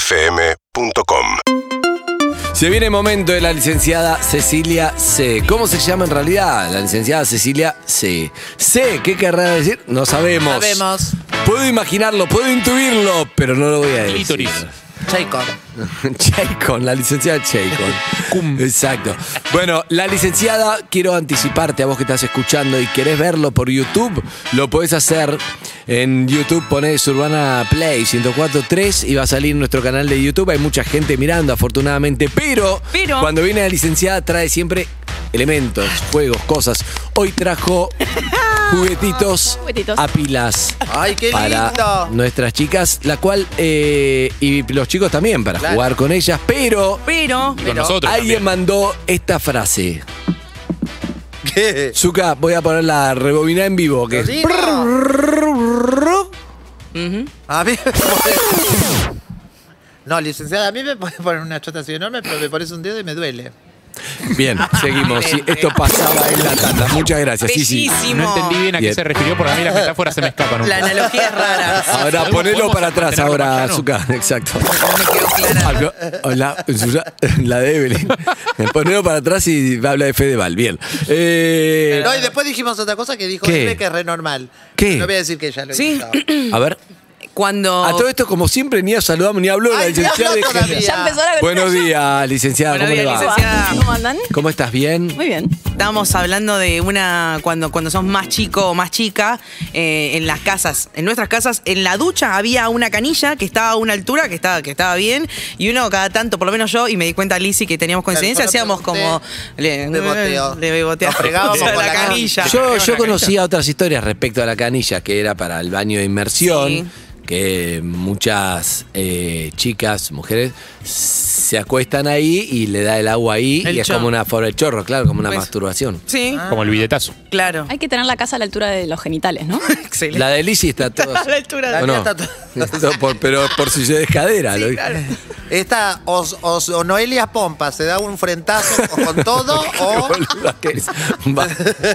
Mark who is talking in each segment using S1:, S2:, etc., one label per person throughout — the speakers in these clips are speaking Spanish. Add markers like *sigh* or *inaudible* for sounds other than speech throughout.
S1: UrbanaPlayFM.com
S2: Se viene el momento de la licenciada Cecilia C. ¿Cómo se llama en realidad? La licenciada Cecilia C. C, ¿qué querrá decir? No sabemos.
S3: Sabemos.
S2: Puedo imaginarlo, puedo intuirlo, pero no lo voy a decir.
S4: Clítoris.
S3: Jacob.
S2: *laughs* Chaycon, la licenciada Chaycon. Exacto. Bueno, la licenciada, quiero anticiparte a vos que estás escuchando y querés verlo por YouTube, lo podés hacer. En YouTube ponés Urbana Play 104.3 y va a salir nuestro canal de YouTube. Hay mucha gente mirando, afortunadamente, pero,
S3: Pero-
S2: cuando viene la licenciada trae siempre elementos, juegos, cosas. Hoy trajo juguetitos,
S5: Juguetitos.
S2: a pilas
S6: Ay, qué
S2: para
S6: lindo.
S2: nuestras chicas, la cual, eh, y los chicos también para
S6: Claro.
S2: jugar con ellas, pero
S3: Pero.
S4: Y con nosotros.
S2: alguien
S4: también.
S2: mandó esta frase.
S6: ¿Qué?
S2: Zuka, voy a poner la rebobina en vivo, que es...
S6: Lindo.
S3: Ujú.
S6: A mí me pone- No, licenciada, a mí me puede poner una chota así enorme, pero me pones un dedo y me duele.
S3: *laughs*
S2: Bien, seguimos. Sí, esto pasaba en la tanda. Muchas gracias. Sí, sí.
S3: Bellísimo.
S4: No entendí bien a
S2: Bien.
S4: qué se refirió, porque
S3: *laughs*
S4: a mí las metáforas se me escapan un
S3: La
S4: poco.
S3: analogía es rara.
S2: Ahora
S4: ¿Algo
S2: ponelo
S4: podemos
S2: para atrás,
S4: mantenerlo
S2: ahora,
S4: bacano?
S2: Zuka. *laughs* Exacto.
S3: No me quedó clara.
S2: Algo- Hola, Zuka, *laughs* la de Evelyn. Ponelo para atrás y habla de Fedeval. Bien. Eh,
S6: No, y después dijimos otra cosa que dijo
S2: ¿Qué?
S6: Eve que es re normal.
S2: ¿Qué?
S6: No voy a decir que ella lo
S3: Sí.
S6: hizo.
S2: a ver.
S3: Cuando.
S2: A todo esto, como siempre, ni saludamos ni habló la
S6: Ay, ni
S2: licenciada
S6: habló
S2: de
S6: todavía.
S2: Génesis.
S5: Ya empezó la
S2: Buenos días, licenciada.
S3: Buenos
S2: ¿Cómo le
S3: días,
S2: va?
S3: licenciada.
S5: ¿Cómo andan?
S2: ¿Cómo estás? ¿Bien?
S5: Muy bien.
S3: Estábamos hablando de una. Cuando, cuando sos más chico o más chica, eh, en las casas, en nuestras casas, en la ducha había una canilla que estaba a una altura, que estaba, que estaba bien, y uno cada tanto, por lo menos yo, y me di cuenta, Lizzy, que teníamos coincidencia,
S6: Claro, yo lo
S3: hacíamos como.
S6: pregunté, beboteo.
S3: Le beboteo.
S6: Nos fregábamos
S3: *laughs* la,
S6: con la
S3: canilla.
S2: Yo,
S4: Una
S2: yo
S4: canilla.
S2: conocía otras historias respecto a la canilla, que era para el baño de inmersión,
S3: Sí.
S2: que muchas eh, chicas, mujeres, se acuestan ahí y le da el agua ahí
S3: El
S2: y es
S3: chorro.
S2: como una forma de chorro, claro, como una
S3: Pues-
S2: masturbación.
S3: Sí,
S4: Como el bidetazo.
S3: claro.
S5: Hay que tener la casa a la altura de los genitales, ¿no?
S3: Excelente.
S2: La de Lizzy está toda...
S3: *laughs* a la altura de-
S2: ¿o no?
S6: La mía
S2: *laughs*
S6: está
S2: Esto por- pero por si se descadera. lo- *laughs*
S6: Esta os, os- o Noelia Pompa se da un frentazo o con todo o.
S2: Boluda que
S3: *laughs*
S2: es. Va-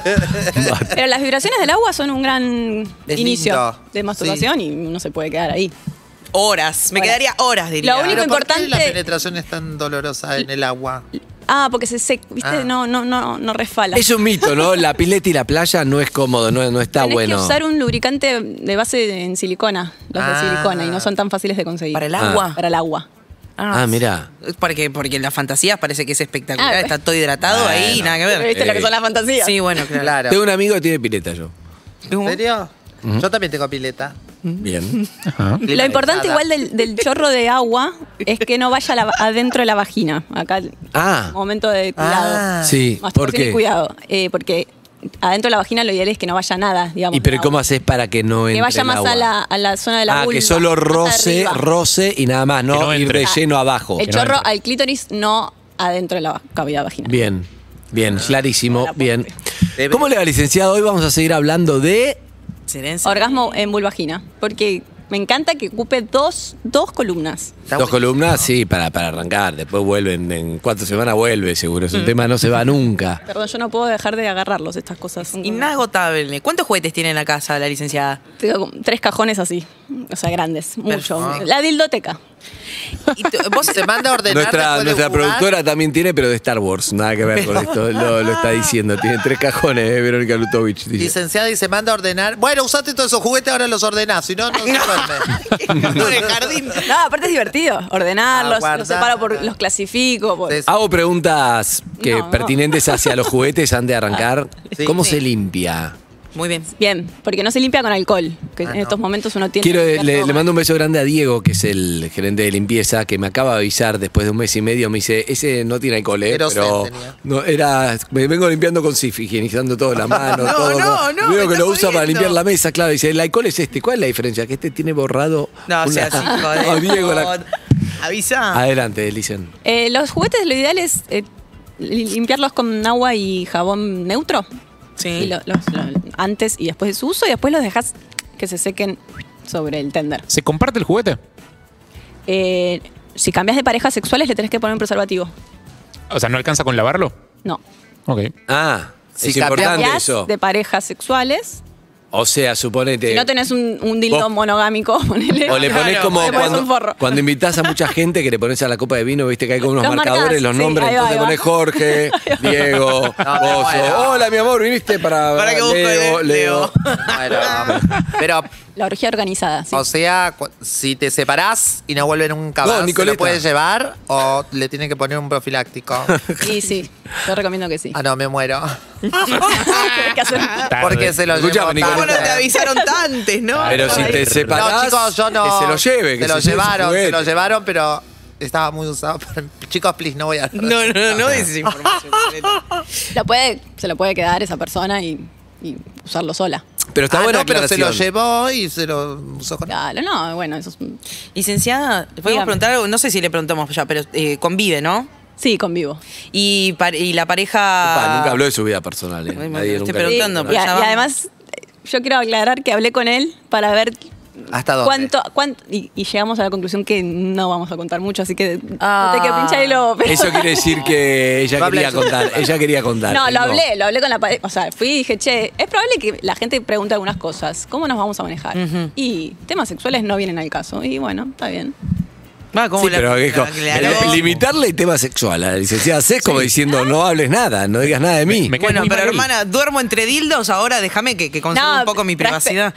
S2: va-
S5: Pero las vibraciones del agua son un gran
S6: Es
S5: inicio
S6: lindo.
S5: de masturbación y no se puede quedar ahí.
S3: Horas. Me
S5: Horas.
S3: quedaría horas, diría.
S5: Lo único
S6: Pero ¿por qué la
S5: importante-
S6: penetración es tan dolorosa en el agua?
S5: Ah, porque se, se- viste,
S6: Ah.
S5: no, no, no, no resfala.
S2: Es un mito, ¿no? La pileta y la playa no es cómodo, no, no está
S5: Tenés
S2: bueno.
S5: que usar un lubricante de base en silicona, los
S6: Ah.
S5: de silicona, y no son tan fáciles de conseguir.
S3: Para el agua.
S5: Para el agua.
S2: Ah, mirá.
S3: Porque, porque en las fantasías parece que es espectacular.
S5: Ah,
S3: Está todo hidratado ahí, nada que ver.
S5: ¿Viste lo que
S2: Eh.
S5: son las fantasías?
S3: Sí, bueno, claro.
S6: Claro.
S2: Tengo un amigo que tiene pileta yo.
S6: ¿En
S3: ¿Tú?
S6: serio? Yo también tengo pileta.
S5: Mm.
S2: Bien.
S5: *laughs* Lo importante igual del, *laughs* del chorro de agua es que no vaya la- adentro de la vagina. Acá,
S2: Ah.
S5: momento de cuidado.
S6: Ah.
S2: Sí,
S5: Masturbación
S2: ¿por
S5: y
S2: qué?
S5: Cuidado, eh, porque adentro de la vagina lo ideal es que no vaya nada, digamos.
S2: ¿Y pero
S5: de
S2: cómo
S5: agua.
S2: haces para que no entre
S5: Que vaya
S2: el
S5: más
S2: agua?
S5: a la, a la zona de la
S2: ah,
S5: vulva,
S2: que solo
S5: más
S2: roce,
S5: arriba. Ah,
S2: roce y nada más, no,
S4: Que no
S2: ir
S4: entre.
S2: de lleno abajo.
S5: El
S4: Que no
S5: chorro
S4: entre.
S5: al clítoris no adentro de Ah, la va- cavidad vaginal.
S2: Bien, bien, clarísimo,
S5: Hola, pobre.
S2: bien. ¿Cómo le va, licenciado? Hoy vamos a seguir hablando de...
S3: Excelencia.
S5: Orgasmo en vulvagina, porque me encanta que ocupe dos, dos columnas.
S6: Está
S2: Dos
S6: buenísimo.
S2: columnas, sí, para, para arrancar. Después vuelven, en cuatro semanas vuelve, seguro. Es
S5: Mm.
S2: un tema, no se va nunca.
S5: Perdón, yo no puedo dejar de agarrarlos estas cosas.
S3: Inagotable. ¿Cuántos juguetes tiene en la casa la licenciada?
S5: Tengo como tres cajones así, o sea, grandes, mucho.
S3: Perfecto.
S5: La dildoteca.
S3: Y tú- vos
S6: Se
S3: *laughs*
S6: manda a ordenar.
S2: Nuestra,
S6: después de
S2: nuestra
S6: jugar.
S2: productora también tiene, pero de Star Wars. Nada que ver con esto. Lo, lo está diciendo. Tiene tres cajones, eh, Verónica Lutovich. dice.
S6: Licenciada y se manda a ordenar. Bueno, usate todos esos juguetes, ahora los ordenás, si no, *laughs* no se duerme.
S3: en el jardín.
S5: No, aparte es divertido. Ordenarlos,
S6: Ah,
S5: los separo, por,
S6: guardar.
S5: los clasifico. por-
S6: Sí, sí.
S2: Hago preguntas que
S5: No, no.
S2: pertinentes hacia los juguetes antes de arrancar.
S6: Sí.
S2: ¿Cómo
S6: Sí.
S2: se limpia?
S3: Muy bien.
S5: Bien, porque no se limpia con alcohol, que en estos momentos uno tiene.
S2: Quiero, eh,
S5: que
S2: le,
S5: limpiar todo.
S2: le mando un beso grande a Diego, que es el gerente de limpieza, que me acaba de avisar después de un mes y medio. Me dice, ese no tiene alcohol, ¿eh?
S6: Pero
S2: pero
S6: sed tenía.
S2: no, era, me vengo limpiando con SIF, higienizando todo la mano.
S3: No,
S2: todo,
S3: no,
S2: todo.
S3: no,
S2: Veo
S3: me
S2: que lo
S3: estás
S2: usa para
S3: jodiendo.
S2: limpiar la mesa, claro. Dice, el alcohol es este. ¿Cuál es la diferencia? Que este tiene borrado.
S3: No, o
S2: una-
S3: sea, sí,
S2: *laughs*
S3: joder.
S2: No, Diego, la-
S3: Avisa.
S2: Adelante, Licen.
S5: Eh, los juguetes, lo ideal es eh, li- limpiarlos con agua y jabón neutro.
S3: Sí. Ah,
S5: Y lo- los- lo- antes y después de su uso, y después los dejas que se sequen sobre el tender.
S4: ¿Se comparte el juguete?
S5: Eh, si cambias de parejas sexuales, le tenés que poner un preservativo.
S4: O sea, ¿no alcanza con lavarlo?
S5: No.
S4: Ok.
S2: Ah,
S6: Si
S2: es importante
S5: Cambiás
S2: eso.
S5: de parejas sexuales.
S2: O sea, suponete.
S5: Si no tenés un, un dildo
S2: vos-
S5: monogámico, *laughs* ponele.
S2: O le pones
S3: Claro,
S2: como
S5: le pones un
S2: cuando,
S5: forro.
S2: cuando invitas a mucha gente que le pones a la copa de vino, viste que hay como unos
S5: Los
S2: marcadores,
S5: marcás,
S2: los
S5: sí,
S2: nombres,
S5: ahí va,
S2: entonces
S5: ahí va.
S2: pones Jorge, Diego,
S6: me
S2: Bozo.
S6: muero.
S2: Hola, mi amor, viniste para,
S3: Para que busque
S2: Leo,
S3: el-
S2: Leo.
S6: Bueno, pero,
S5: La orgía organizada, sí.
S2: Ah.
S6: o sea, cu- si te separás y no vuelve nunca
S2: No,
S6: más, ¿se
S2: Nicoleta.
S6: lo puedes llevar o le tienen que poner un
S2: *laughs*
S6: profiláctico?
S5: Y sí, yo recomiendo que sí. *laughs*
S6: ah, no, me muero.
S5: Tenés que hacer-
S4: Tarde.
S6: Porque se lo llevo
S2: Escuchame, Nicoleta.
S3: ¿Cómo no te
S6: tarde.
S3: avisaron antes, no?
S2: Pero si te separás,
S6: No, chicos, yo no.
S2: que se lo lleve. que
S6: Se lo
S2: lleve su
S6: llevaron, se
S2: juguete.
S6: lo llevaron, pero estaba muy usado. para- Chicos, please, no voy a.
S3: No, no, no,
S2: Ah.
S3: no des esa información.
S5: lo puede, se lo puede quedar esa persona y, y usarlo sola.
S2: Pero está
S6: Ah,
S2: buena
S6: no, pero se lo
S2: aclaración.
S6: llevó y se lo usó
S2: Ah.
S6: con.
S5: Claro, no, bueno, eso es un-
S3: *laughs* Licenciada, ¿le podemos
S5: Dígame.
S3: preguntar algo? No sé si le preguntamos ya, pero eh, convive, ¿no?
S5: Sí, convivo.
S3: Y, pare- y la pareja.
S2: Epa, nunca habló de su vida personal. eh.
S3: Ay, me
S2: Nadie
S3: estoy
S2: nunca-
S3: preguntando,
S5: Sí,
S3: pero ya
S5: *laughs* y, a- y
S3: vamos.
S5: además, eh, yo quiero aclarar que hablé con él para ver
S6: ¿Hasta dónde?
S5: cuánto. cuánto y, y llegamos a la conclusión que no vamos a contar mucho, así que
S3: Ah.
S5: no te que pinchar y lo. pero-
S2: Eso quiere decir que ella
S6: No hablé
S2: quería
S6: de su vida
S2: contar. Ella quería contar.
S5: No, lo
S2: digo.
S5: hablé, lo hablé con la pareja. O sea, fui y dije, che, es probable que la gente pregunte algunas cosas. ¿Cómo nos vamos a manejar? Y temas sexuales no vienen al caso. Y bueno, está bien.
S3: Ah, ¿cómo
S2: Sí,
S3: la-
S2: pero es como-
S3: la aclaró?
S2: el- limitarle el tema sexual a la licenciada C es como diciendo no hables nada, no digas nada de mí.
S4: Me-
S3: Bueno,
S4: muy
S3: pero
S4: mal.
S3: hermana, duermo entre dildos, ahora déjame que, que conserve
S5: No,
S3: un poco mi
S5: respe-
S3: privacidad.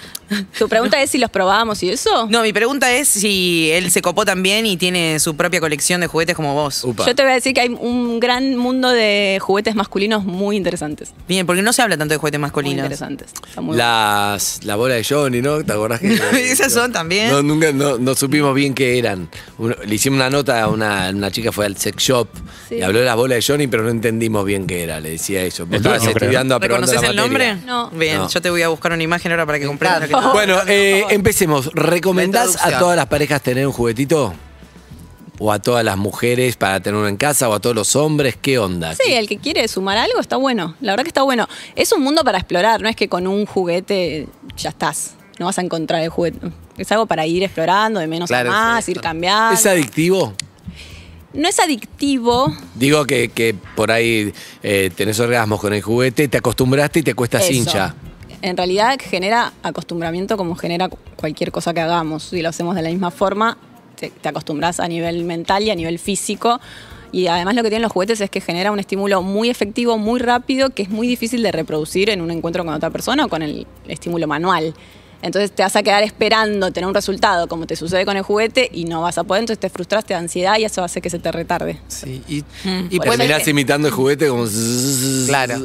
S5: Tu pregunta es si los probamos y eso.
S3: No, mi pregunta es si él se copó también y tiene su propia colección de juguetes como vos.
S2: Upa.
S5: Yo te voy a decir que hay un gran mundo de juguetes masculinos muy interesantes.
S3: Bien, porque no se habla tanto de juguetes
S5: Muy
S3: masculinos. *laughs*
S5: interesantes. Está muy
S2: Las, la bola de Johnny, ¿no? ¿Te acordás
S3: *laughs*
S2: que?
S3: Esas son también.
S2: No, nunca no, no supimos bien qué eran. Uno- le hicimos una nota a una, una chica, fue al sex shop
S5: Sí.
S2: y habló de las bolas de Johnny, pero no entendimos bien qué era. Le decía eso. Vos
S4: Estaba
S2: estabas
S4: no, creo.
S2: estudiando, aprobando
S3: ¿Reconoces
S2: la
S3: el
S2: materia.
S3: nombre?
S5: No.
S3: Bien,
S2: No.
S3: yo te voy a buscar una imagen ahora para que comprendas.
S6: encanta.
S3: lo que-
S2: *laughs* Bueno, eh, empecemos. ¿Recomendás a
S6: La introducción.
S2: todas las parejas tener un juguetito? ¿O a todas las mujeres para tener uno en casa? ¿O a todos los hombres? ¿Qué onda?
S5: Sí, el que quiere sumar algo está bueno. La verdad que está bueno. Es un mundo para explorar, no es que con un juguete ya estás. No vas a encontrar el juguete. Es algo para ir explorando de menos
S6: Claro,
S5: a más,
S6: sí,
S5: ir
S6: claro.
S5: cambiando.
S2: ¿Es adictivo?
S5: no es adictivo.
S2: Digo que, que por ahí eh, tenés orgasmos con el juguete, te acostumbraste y te cuesta
S5: eso.
S2: hincha.
S5: En realidad genera acostumbramiento como genera cu- cualquier cosa que hagamos. Si lo hacemos de la misma forma, te, te acostumbras a nivel mental y a nivel físico. Y además lo que tienen los juguetes es que genera un estímulo muy efectivo, muy rápido, que es muy difícil de reproducir en un encuentro con otra persona o con el estímulo manual. Entonces te vas a quedar esperando tener un resultado como te sucede con el juguete y no vas a poder, entonces te frustras, te da ansiedad y eso hace que se te retarde.
S6: Sí, y,
S2: Y
S6: y
S5: puede-
S2: terminás imitando el juguete como... zzzz.
S6: Claro.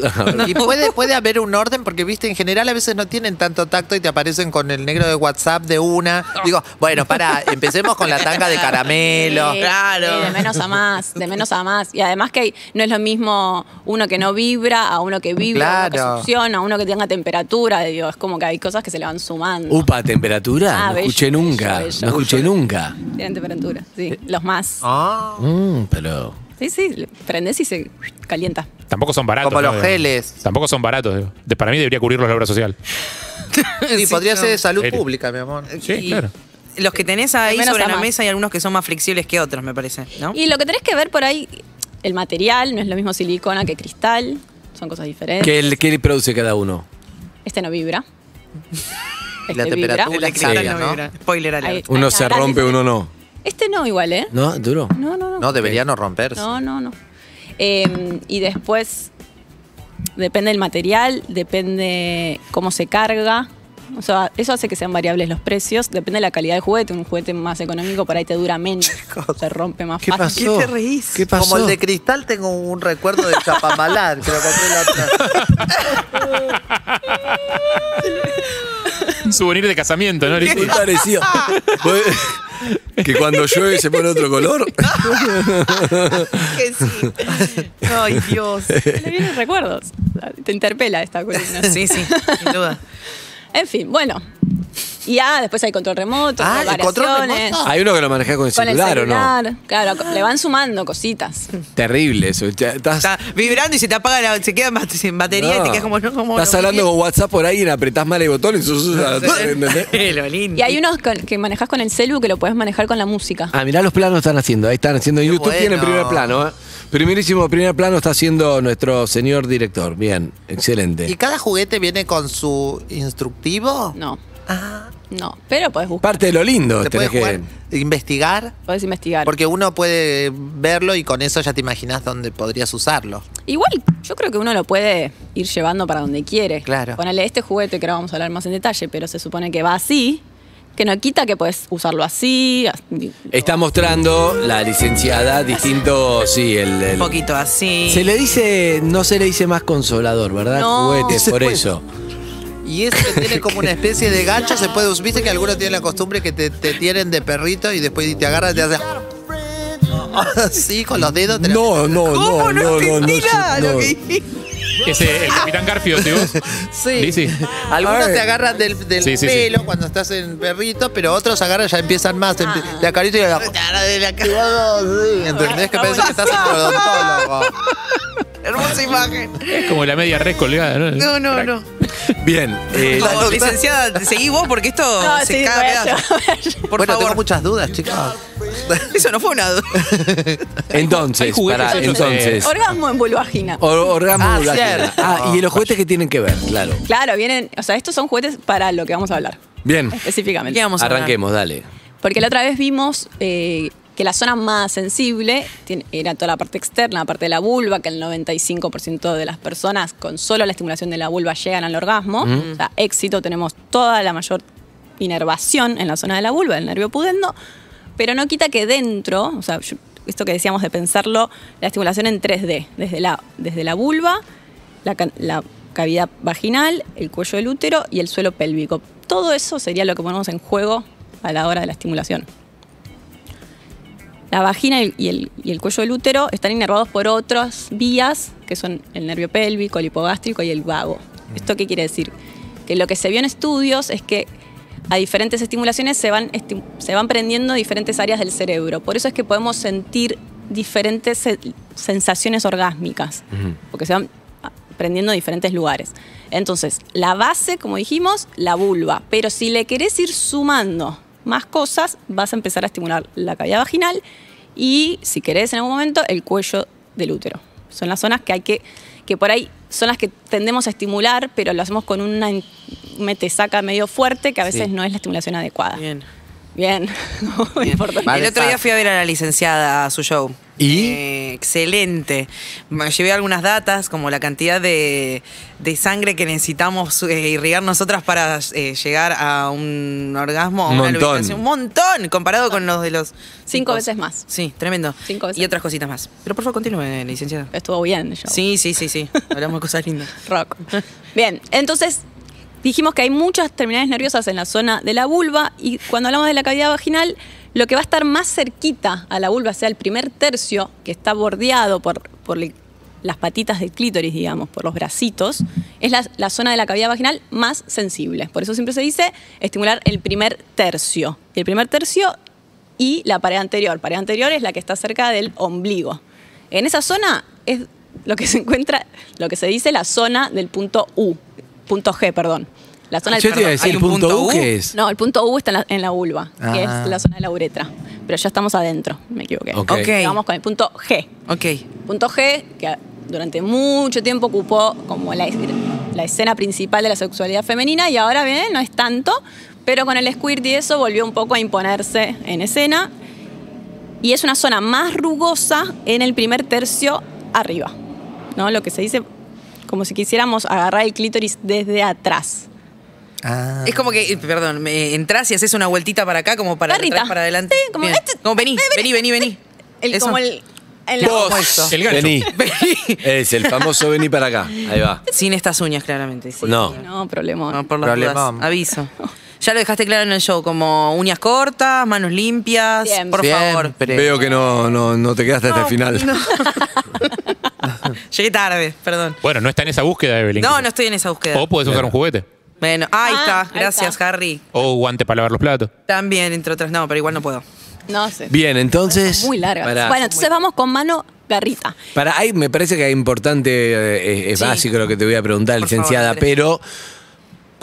S6: *laughs* Y puede, puede haber un orden, porque viste, en general a veces no tienen tanto tacto y te aparecen con el negro de WhatsApp de una. Digo, bueno, para, empecemos con la tanga de caramelo.
S5: Sí,
S3: claro.
S5: sí, de menos a más, de menos a más. Y además que hay- no es lo mismo uno que no vibra a uno que vibra, a uno
S6: Claro.
S5: que succiona, a uno que tenga temperatura. Digo, es como que hay cosas que se le van sumando.
S2: Upa, temperatura.
S5: Ah,
S2: no
S5: bello,
S2: escuché
S5: bello,
S2: nunca.
S5: bello.
S2: No escuché nunca.
S5: Tienen temperatura, sí. Los más.
S6: Ah,
S2: Mm, pero...
S5: Sí, sí, le prendés y se calienta.
S4: Tampoco son baratos.
S6: Como los
S4: ¿no?
S6: geles.
S4: Tampoco son baratos. digo. De- para mí debería cubrirlos la obra social.
S6: sí, podría
S3: yo-
S6: ser de salud
S4: Serio.
S6: pública, mi amor.
S4: Sí,
S3: Y
S4: claro.
S3: Los que tenés ahí
S5: menos
S3: sobre
S5: a
S3: la
S5: más.
S3: mesa y algunos que son más flexibles que otros, me parece, ¿no?
S5: Y lo que tenés que ver por ahí, el material, no es lo mismo silicona que cristal, son cosas diferentes.
S2: ¿Qué, le- qué le produce cada uno?
S5: Este no vibra. Este
S6: La
S3: Uh,
S6: temperatura
S3: la
S6: es
S3: cristal
S6: sabia,
S3: no
S6: ¿no?
S3: vibra. Spoiler alert.
S5: Ahí.
S2: Uno
S5: Ay,
S2: se
S5: ahora
S2: rompe,
S5: sí.
S2: uno no.
S5: Este no igual, ¿eh?
S2: ¿No? ¿Duro?
S5: No, no, no.
S6: No, debería no romperse.
S5: No, no, no. Eh, y después depende del material, depende cómo se carga. O sea, eso hace que sean variables los precios. Depende de la calidad del juguete. Un juguete más económico por ahí te dura menos. se rompe más fácil.
S3: ¿Qué te reís?
S2: ¿Qué pasó?
S6: Como el de cristal tengo un recuerdo de Chapamalán, que lo compré la
S5: *laughs*
S6: otra.
S4: *laughs* Un souvenir de casamiento, ¿no? Lizzy?
S3: *laughs*
S2: Muy parecido. Vos- que cuando llueve se pone otro
S5: *laughs*
S2: color.
S3: *laughs* Que sí. Ay, Dios.
S5: *laughs* Le vienen recuerdos.
S3: *laughs*
S5: Te interpela esta columna.
S3: Sí, sí, sin duda.
S5: En fin, bueno. Y ah, después hay control remoto,
S6: Ah, ¿el control
S5: variaciones.
S6: remoto?
S2: Hay uno que lo maneja con el
S5: Con el
S2: celular,
S5: celular,
S2: ¿o
S5: claro, co- le van sumando cositas.
S2: no? Terrible eso. Ya Estás,
S3: Está vibrando y se te apaga, la, se queda bate- sin batería y
S2: No.
S3: te quedas como no, como.
S2: Estás
S3: no,
S2: hablando con WhatsApp por ahí y apretás mal el botón y sos.
S3: *laughs*
S2: ¿entendés?
S3: Lo lindo.
S5: Y hay unos con- que manejás con el celu que lo podés manejar con la música.
S2: Ah, mirá los planos están haciendo. Ahí están haciendo. En YouTube
S6: bueno.
S2: tienen primer plano. ¿eh? Primerísimo primer plano está haciendo nuestro señor director. Bien, excelente.
S6: ¿Y cada juguete viene con su instructivo?
S5: No,
S6: Ah,
S5: no. Pero podés buscar,
S2: Parte de lo lindo.
S6: ¿Te puedes
S2: Pues Tenés
S6: jugar?
S2: que...
S6: ¿Investigar?
S5: podés investigar.
S6: Porque uno puede verlo y con eso ya te imaginas dónde podrías usarlo.
S5: Igual, yo creo que uno lo puede ir llevando para donde quiere.
S6: Claro.
S5: Ponele este juguete que ahora vamos a hablar más en detalle, pero se supone que va así, que no quita que podés usarlo así. así.
S2: Está mostrando la licenciada distinto. Sí, el. el-
S3: Ah, Un poquito así.
S2: Se le dice. No se le dice más consolador, ¿verdad?
S5: No.
S2: Juguetes,
S6: Se
S2: por
S6: puede.
S2: eso.
S6: Y eso que tiene como una especie de gancho, se puede usar. Viste que algunos tienen la costumbre que te, te tienen de perrito y después te agarran y te hacen. *laughs* Sí, con los dedos. te la-
S2: No, no, no,
S3: ¿Cómo? No,
S2: no, no, no.
S3: entendí nada
S2: no.
S3: lo que dijiste.
S4: Ese, el capitán Garfio, ¿sí vos?
S6: Sí.
S4: Sí, sí.
S6: Algunos
S2: Ay.
S6: te agarran del, del
S4: Sí, sí, sí.
S6: pelo cuando estás en perrito, pero otros agarran ya empiezan más. te
S3: Ah.
S6: empie- Te acarician y
S3: *laughs*
S6: la- ¿Entendés? Que parece que estás en odontólogo.
S3: Hermosa imagen.
S4: Es como la media red colgada, ¿no?
S3: No, no, no.
S2: Bien. eh,
S3: Por favor, licenciada, seguí vos porque esto
S5: No,
S3: se
S5: Ah, sí, voy
S3: cae
S5: a
S3: a
S5: *laughs*
S3: pedazos.
S5: llevar.
S3: Por
S6: bueno, tengo
S3: favor.
S6: muchas dudas, chicos.
S3: Eso no fue una duda.
S4: Hay
S2: entonces,
S4: juguetes
S2: para,
S4: hechos de-
S2: entonces.
S5: Orgasmo en vulvagina.
S2: O- orgasmo
S6: Ah,
S2: vulvaginal.
S6: cierto.
S2: Ah, y los juguetes que tienen que ver, claro.
S5: Claro, vienen, o sea, estos son juguetes para lo que vamos
S6: *laughs*
S5: a hablar,
S2: Bien.
S5: específicamente.
S3: Ya vamos a hablar.
S2: Arranquemos, dale.
S5: Porque la otra vez vimos eh, que la zona más sensible tiene- era toda la parte externa, la parte de la vulva, que el 95% de las personas con solo la estimulación de la vulva llegan al orgasmo. O sea, éxito, tenemos toda la mayor inervación en la zona de la vulva, el nervio pudendo, pero no quita que dentro, o sea, yo- esto que decíamos de pensarlo, la estimulación en 3D, desde la, desde la vulva, la, ca- la cavidad vaginal, el cuello del útero y el suelo pélvico. Todo eso sería lo que ponemos en juego a la hora de la estimulación. La vagina y y el, y el cuello del útero están inervados por otras vías, que son el nervio pélvico, el hipogástrico y el vago. ¿Esto qué quiere decir? Que lo que se vio en estudios es que a diferentes estimulaciones se van, esti- se van prendiendo diferentes áreas del cerebro. Por eso es que podemos sentir diferentes se- sensaciones orgásmicas, porque se van ah, prendiendo diferentes lugares. Entonces, la base, como dijimos, la vulva. Pero si le querés ir sumando más cosas, vas a empezar a estimular la cavidad vaginal y, si querés en algún momento, el cuello del útero. Son las zonas que hay que, que por ahí son las que tendemos a estimular, pero lo hacemos con una en- metesaca medio fuerte que a veces
S2: Sí.
S5: no es la estimulación adecuada. *laughs* Bien. *laughs*
S3: Bien.
S5: Muy importante.
S6: Vale,
S3: el otro día
S6: pa.
S3: fui a ver a la licenciada a su show.
S2: ¿Y?
S3: Eh, excelente. Me llevé algunas datas, como la cantidad de, de sangre que necesitamos eh, irrigar nosotras para eh, llegar a un orgasmo. a
S2: Un
S3: una
S2: montón.
S3: lubricación. Un montón, comparado con los de los...
S5: Cinco
S3: tipos.
S5: veces más.
S3: Sí, tremendo.
S5: Cinco veces
S3: Y otras cositas más. Pero por favor, continúe, licenciada.
S5: Estuvo bien el show.
S3: Sí, sí, sí, sí. Hablamos de cosas lindas.
S5: Rock. Bien, entonces dijimos que hay muchas terminales nerviosas en la zona de la vulva y cuando hablamos de la cavidad vaginal, lo que va a estar más cerquita a la vulva, o sea, el primer tercio que está bordeado por, por li- las patitas del clítoris, digamos, por los bracitos, es la, la zona de la cavidad vaginal más sensible. Por eso siempre se dice estimular el primer tercio. Y el primer tercio y la pared anterior. Pared anterior es la que está cerca del ombligo. En esa zona es lo que se encuentra, lo que se dice la zona del punto U, punto G, perdón. La zona del
S2: Ah, Yo te iba a
S5: perdón.
S2: decir,
S3: ¿hay un
S2: punto,
S3: punto
S2: U,
S3: U?
S2: ¿qué es?
S5: No, el punto U está en la, en la vulva, que es
S6: Ah.
S5: la zona de la uretra. Pero ya estamos adentro, me equivoqué.
S2: Ok.
S3: Ok.
S5: Vamos con el punto G.
S3: Ok.
S5: Punto G, que durante mucho tiempo ocupó como la, es- la escena principal de la sexualidad femenina y ahora bien, no es tanto, pero con el squirt y eso volvió un poco a imponerse en escena y es una zona más rugosa en el primer tercio arriba, ¿no? Lo que se dice como si quisiéramos agarrar el clítoris desde atrás.
S6: Ah.
S3: Es como que, eh, perdón, me entras y haces una vueltita para acá, como para
S5: Perrita.
S3: atrás, para adelante.
S5: Sí, como,
S3: Bien.
S5: este-
S3: Como vení, vení, vení, vení.
S5: El,
S3: Eso. *laughs*
S5: como el... en la-
S2: Vos,
S4: El gancho.
S2: Vení. Es el famoso vení para acá. Ahí va.
S3: Sin estas uñas, claramente. sí.
S2: No.
S5: No, problema.
S3: No, por las
S6: Problemón.
S3: dudas,
S5: *laughs*
S3: aviso. Ya lo dejaste claro en el show, como uñas cortas, manos limpias,
S5: Siempre.
S3: por favor.
S6: Siempre.
S2: Veo que no, no, no te quedaste hasta el final.
S3: *laughs* Llegué tarde, perdón.
S4: Bueno, no está en esa búsqueda, Evelyn.
S3: No, no estoy en esa búsqueda.
S4: O puedes usar un juguete.
S3: Bueno, ahí
S5: Ah, ahí
S3: está.
S5: está.
S3: Gracias, Harry.
S4: O guante para lavar los platos.
S3: También, entre otras. No, pero igual no puedo.
S5: No sé.
S2: Bien, entonces.
S5: Muy larga.
S2: Para,
S5: Bueno, entonces vamos con mano garrita.
S2: para ahí me parece que es importante, eh, es, es
S3: Sí.
S2: básico lo que te voy a preguntar,
S3: Por
S2: licenciada,
S3: favor, Andrés.
S2: pero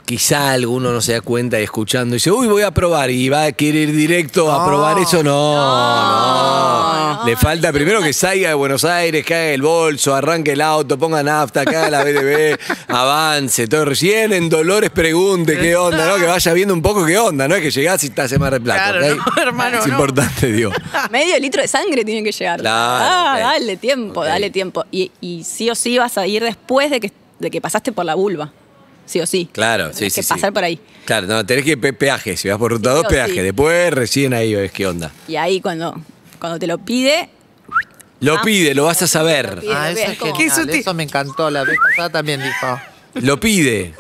S2: quizá alguno no se da cuenta y escuchando dice, uy, voy a probar y va a querer ir directo a probar eso. No, no. Le falta primero que salga de Buenos Aires, que haga el bolso, arranque el auto, ponga nafta, que haga la
S3: *laughs*
S2: BDB, avance, todo. Recién en Dolores pregunte qué onda, ¿no? Que vaya viendo un poco qué onda, ¿no? Es que llegás y estás en Mar del Plata.
S3: Claro,
S2: ¿ok?
S3: no, *laughs* hermano,
S2: Es
S3: no.
S2: importante, digo.
S5: Medio litro de sangre tiene que llegar.
S2: Ah. Claro,
S5: ah,
S2: ok.
S5: dale tiempo,
S2: Ok.
S5: dale tiempo. Y, y sí o sí vas a ir después de que, de que pasaste por la vulva. Sí o sí.
S2: Claro, sí,
S5: Tenés
S2: sí.
S5: que
S2: sí.
S5: pasar por ahí.
S2: Claro, no, tenés que pe- peaje. Si vas por ruta
S5: Sí,
S2: 2,
S5: o
S2: peaje.
S5: sí.
S2: Después recién ahí ves qué onda.
S5: Y ahí cuando, cuando te lo pide,
S2: Lo
S5: Ah.
S2: pide, lo vas a saber.
S5: Bien,
S6: Ah, eso
S5: bien,
S6: es
S5: ¿cómo?
S6: genial,
S3: Qué sutil.
S6: Eso me encantó. La vez pasada también dijo.
S2: Lo pide.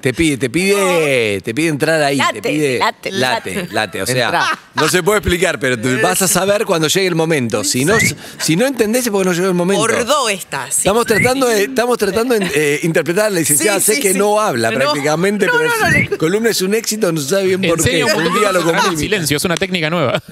S2: Te pide, te pide, te pide entrar ahí.
S5: Late,
S2: te pide,
S5: late,
S2: late, late. O sea,
S6: Entrá.
S2: no se puede explicar, pero
S5: *laughs*
S2: te vas a saber cuando llegue el momento. Si no, si no entendés es porque no llegó el momento.
S3: Bordó esta. sí.
S2: Estamos tratando de, estamos tratando de eh, interpretar a la licenciada.
S3: Sí,
S2: sé
S3: sí,
S2: que
S3: sí.
S2: no habla
S3: No.
S2: prácticamente,
S3: No,
S2: pero
S3: no, no,
S2: su *laughs* columna es un éxito, no sabe bien por qué.
S4: Enseña un
S2: Un día lo
S4: Ah,
S2: comprime.
S4: silencio, es una técnica nueva.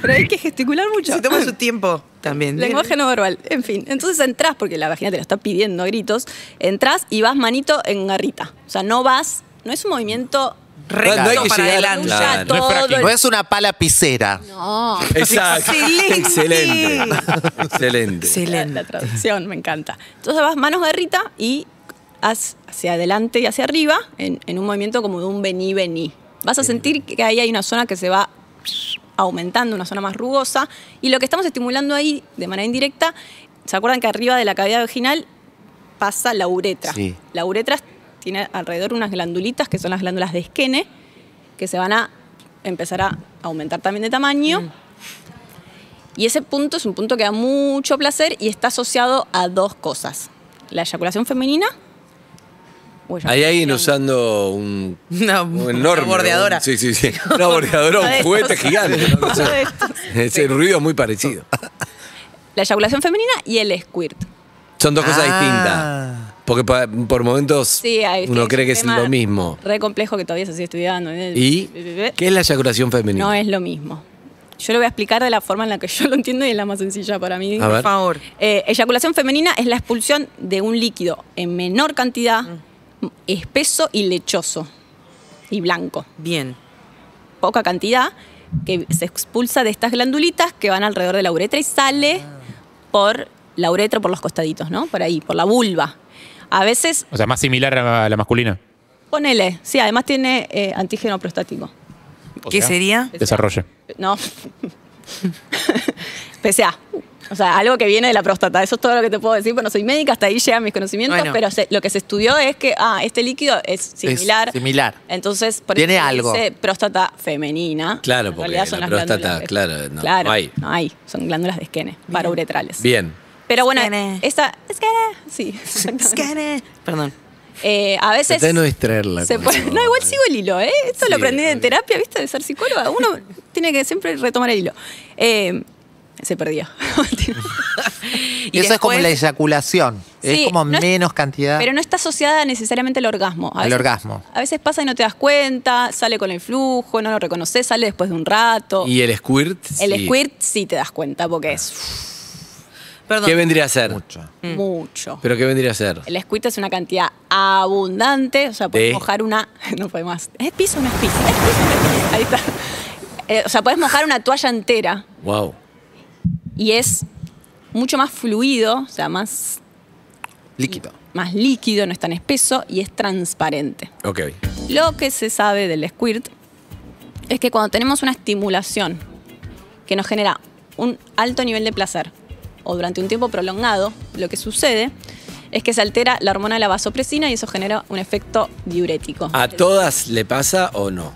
S5: Pero hay que gesticular mucho.
S3: Se
S5: *laughs*
S3: toma su tiempo también.
S5: Lenguaje no verbal. En fin, entonces entras, porque la vagina te lo está pidiendo a gritos, entras y vas manito en garrita. O sea, no vas, no es un movimiento...
S3: Recto
S2: No, no hay que
S3: para
S2: llegar-
S3: adelante.
S2: Claro.
S5: Ya
S4: no es
S5: todo
S4: fracking.
S5: el-
S6: No es una pala pisera.
S5: No.
S2: Exacto.
S3: Excelente.
S2: Excelente. Excelente.
S5: La,
S3: Excelente.
S5: la traducción, me encanta. Entonces vas manos garrita y haz hacia adelante y hacia arriba en, en un movimiento como de un vení, vení. Vas a sentir que ahí hay una zona que se va aumentando, una zona más rugosa. Y lo que estamos estimulando ahí de manera indirecta, ¿se acuerdan que arriba de la cavidad vaginal pasa la uretra?
S2: Sí.
S5: La uretra tiene alrededor unas glandulitas que son las glándulas de esquene que se van a empezar a aumentar también de tamaño. Y ese punto es un punto que da mucho placer y está asociado a dos cosas. La eyaculación femenina. o eyaculación
S2: Hay alguien
S5: de hombre.
S2: usando un,
S3: Una,
S2: un enorme.
S3: una bordeadora.
S2: un- sí, sí,
S5: *laughs*
S2: sí. Una bordeadora,
S5: Uno
S2: un
S5: de
S2: juguete
S5: estos.
S2: gigante. ¿no?
S5: Uno de estos.
S2: Ese ruido es muy parecido.
S5: La eyaculación femenina y el squirt.
S2: Son dos cosas
S6: Ah.
S2: distintas. Porque pa- por momentos
S5: Sí, ahí
S2: uno
S5: sí,
S2: cree
S5: un
S2: que es
S5: tema
S2: lo mismo.
S5: Re complejo que todavía se sigue estudiando. ¿eh?
S2: ¿Y qué es la eyaculación femenina?
S5: No es lo mismo. Yo lo voy a explicar de la forma en la que *laughs* yo lo entiendo y es la más sencilla para mí.
S2: A ver.
S3: Por favor.
S5: Eh, eyaculación femenina es la expulsión de un líquido en menor cantidad, espeso y lechoso y blanco.
S3: Bien.
S5: Poca cantidad que se expulsa de estas glandulitas que van alrededor de la uretra y sale por la uretra, por los costaditos, ¿no? Por ahí, por la vulva. A veces,
S4: O sea, más similar a la masculina.
S5: ponele, sí, además tiene eh, antígeno prostático.
S4: O
S3: ¿Qué
S4: sea,
S3: sería?
S4: Desarrollo.
S5: No. *laughs* PCA. O sea, algo que viene de la próstata. Eso es todo lo que te puedo decir. Bueno, soy médica, hasta ahí llegan mis conocimientos,
S3: Bueno.
S5: pero se- lo que se estudió es que, ah, este líquido es similar.
S6: similar.
S5: Entonces, por
S6: Tiene
S5: eso se
S6: algo.
S5: dice próstata femenina.
S2: Claro,
S5: En
S2: porque
S5: realidad son
S2: la
S5: las
S2: próstata,
S5: glándulas de-
S2: claro, no,
S5: claro,
S2: no hay.
S5: no hay. Son glándulas de esquene, parauretrales.
S2: Bien.
S5: Pero bueno,
S3: Esquene.
S5: esta... Esquene. Sí, exactamente.
S3: Escane. Perdón.
S5: Eh, a veces...
S2: Traté de Este no distraerla.
S5: Se
S2: con
S5: puede-
S2: eso.
S5: *laughs* no, igual sigo el hilo, ¿eh? Esto
S2: Sí,
S5: lo aprendí
S2: está
S5: en
S2: bien.
S5: terapia, ¿viste? De ser
S2: *laughs*
S5: psicóloga. Uno tiene que siempre retomar el hilo. Eh, se perdió. *laughs*
S6: Y eso es como la eyaculación.
S5: Sí,
S6: es como
S5: no es-
S6: menos cantidad.
S5: Pero no está asociada necesariamente al orgasmo. A
S6: Al
S5: veces-
S6: orgasmo.
S5: A veces pasa y no te das cuenta, sale con el flujo, no lo reconoces, sale después de un rato.
S2: ¿Y el squirt? Sí.
S5: el
S2: Ah.
S5: squirt sí te das cuenta porque es uff,
S3: Perdón.
S2: ¿Qué vendría a ser?
S6: Mucho.
S5: mucho.
S2: ¿Pero qué vendría a ser?
S5: El squirt es una cantidad abundante, o sea, puedes
S2: De-
S5: mojar una. *laughs* No puede más. ¿Es piso o no es piso? ¿Es piso o no es piso? Ahí está. Eh, o sea, puedes mojar una toalla entera
S2: Wow.
S5: y es mucho más fluido, o sea, más,
S6: Líquido.
S5: más líquido, no es tan espeso y es transparente.
S2: Ok.
S5: Lo que se sabe del squirt es que cuando tenemos una estimulación que nos genera un alto nivel de placer o durante un tiempo prolongado, lo que sucede es que se altera la hormona de la vasopresina y eso genera un efecto diurético.
S2: ¿A todas le pasa o no?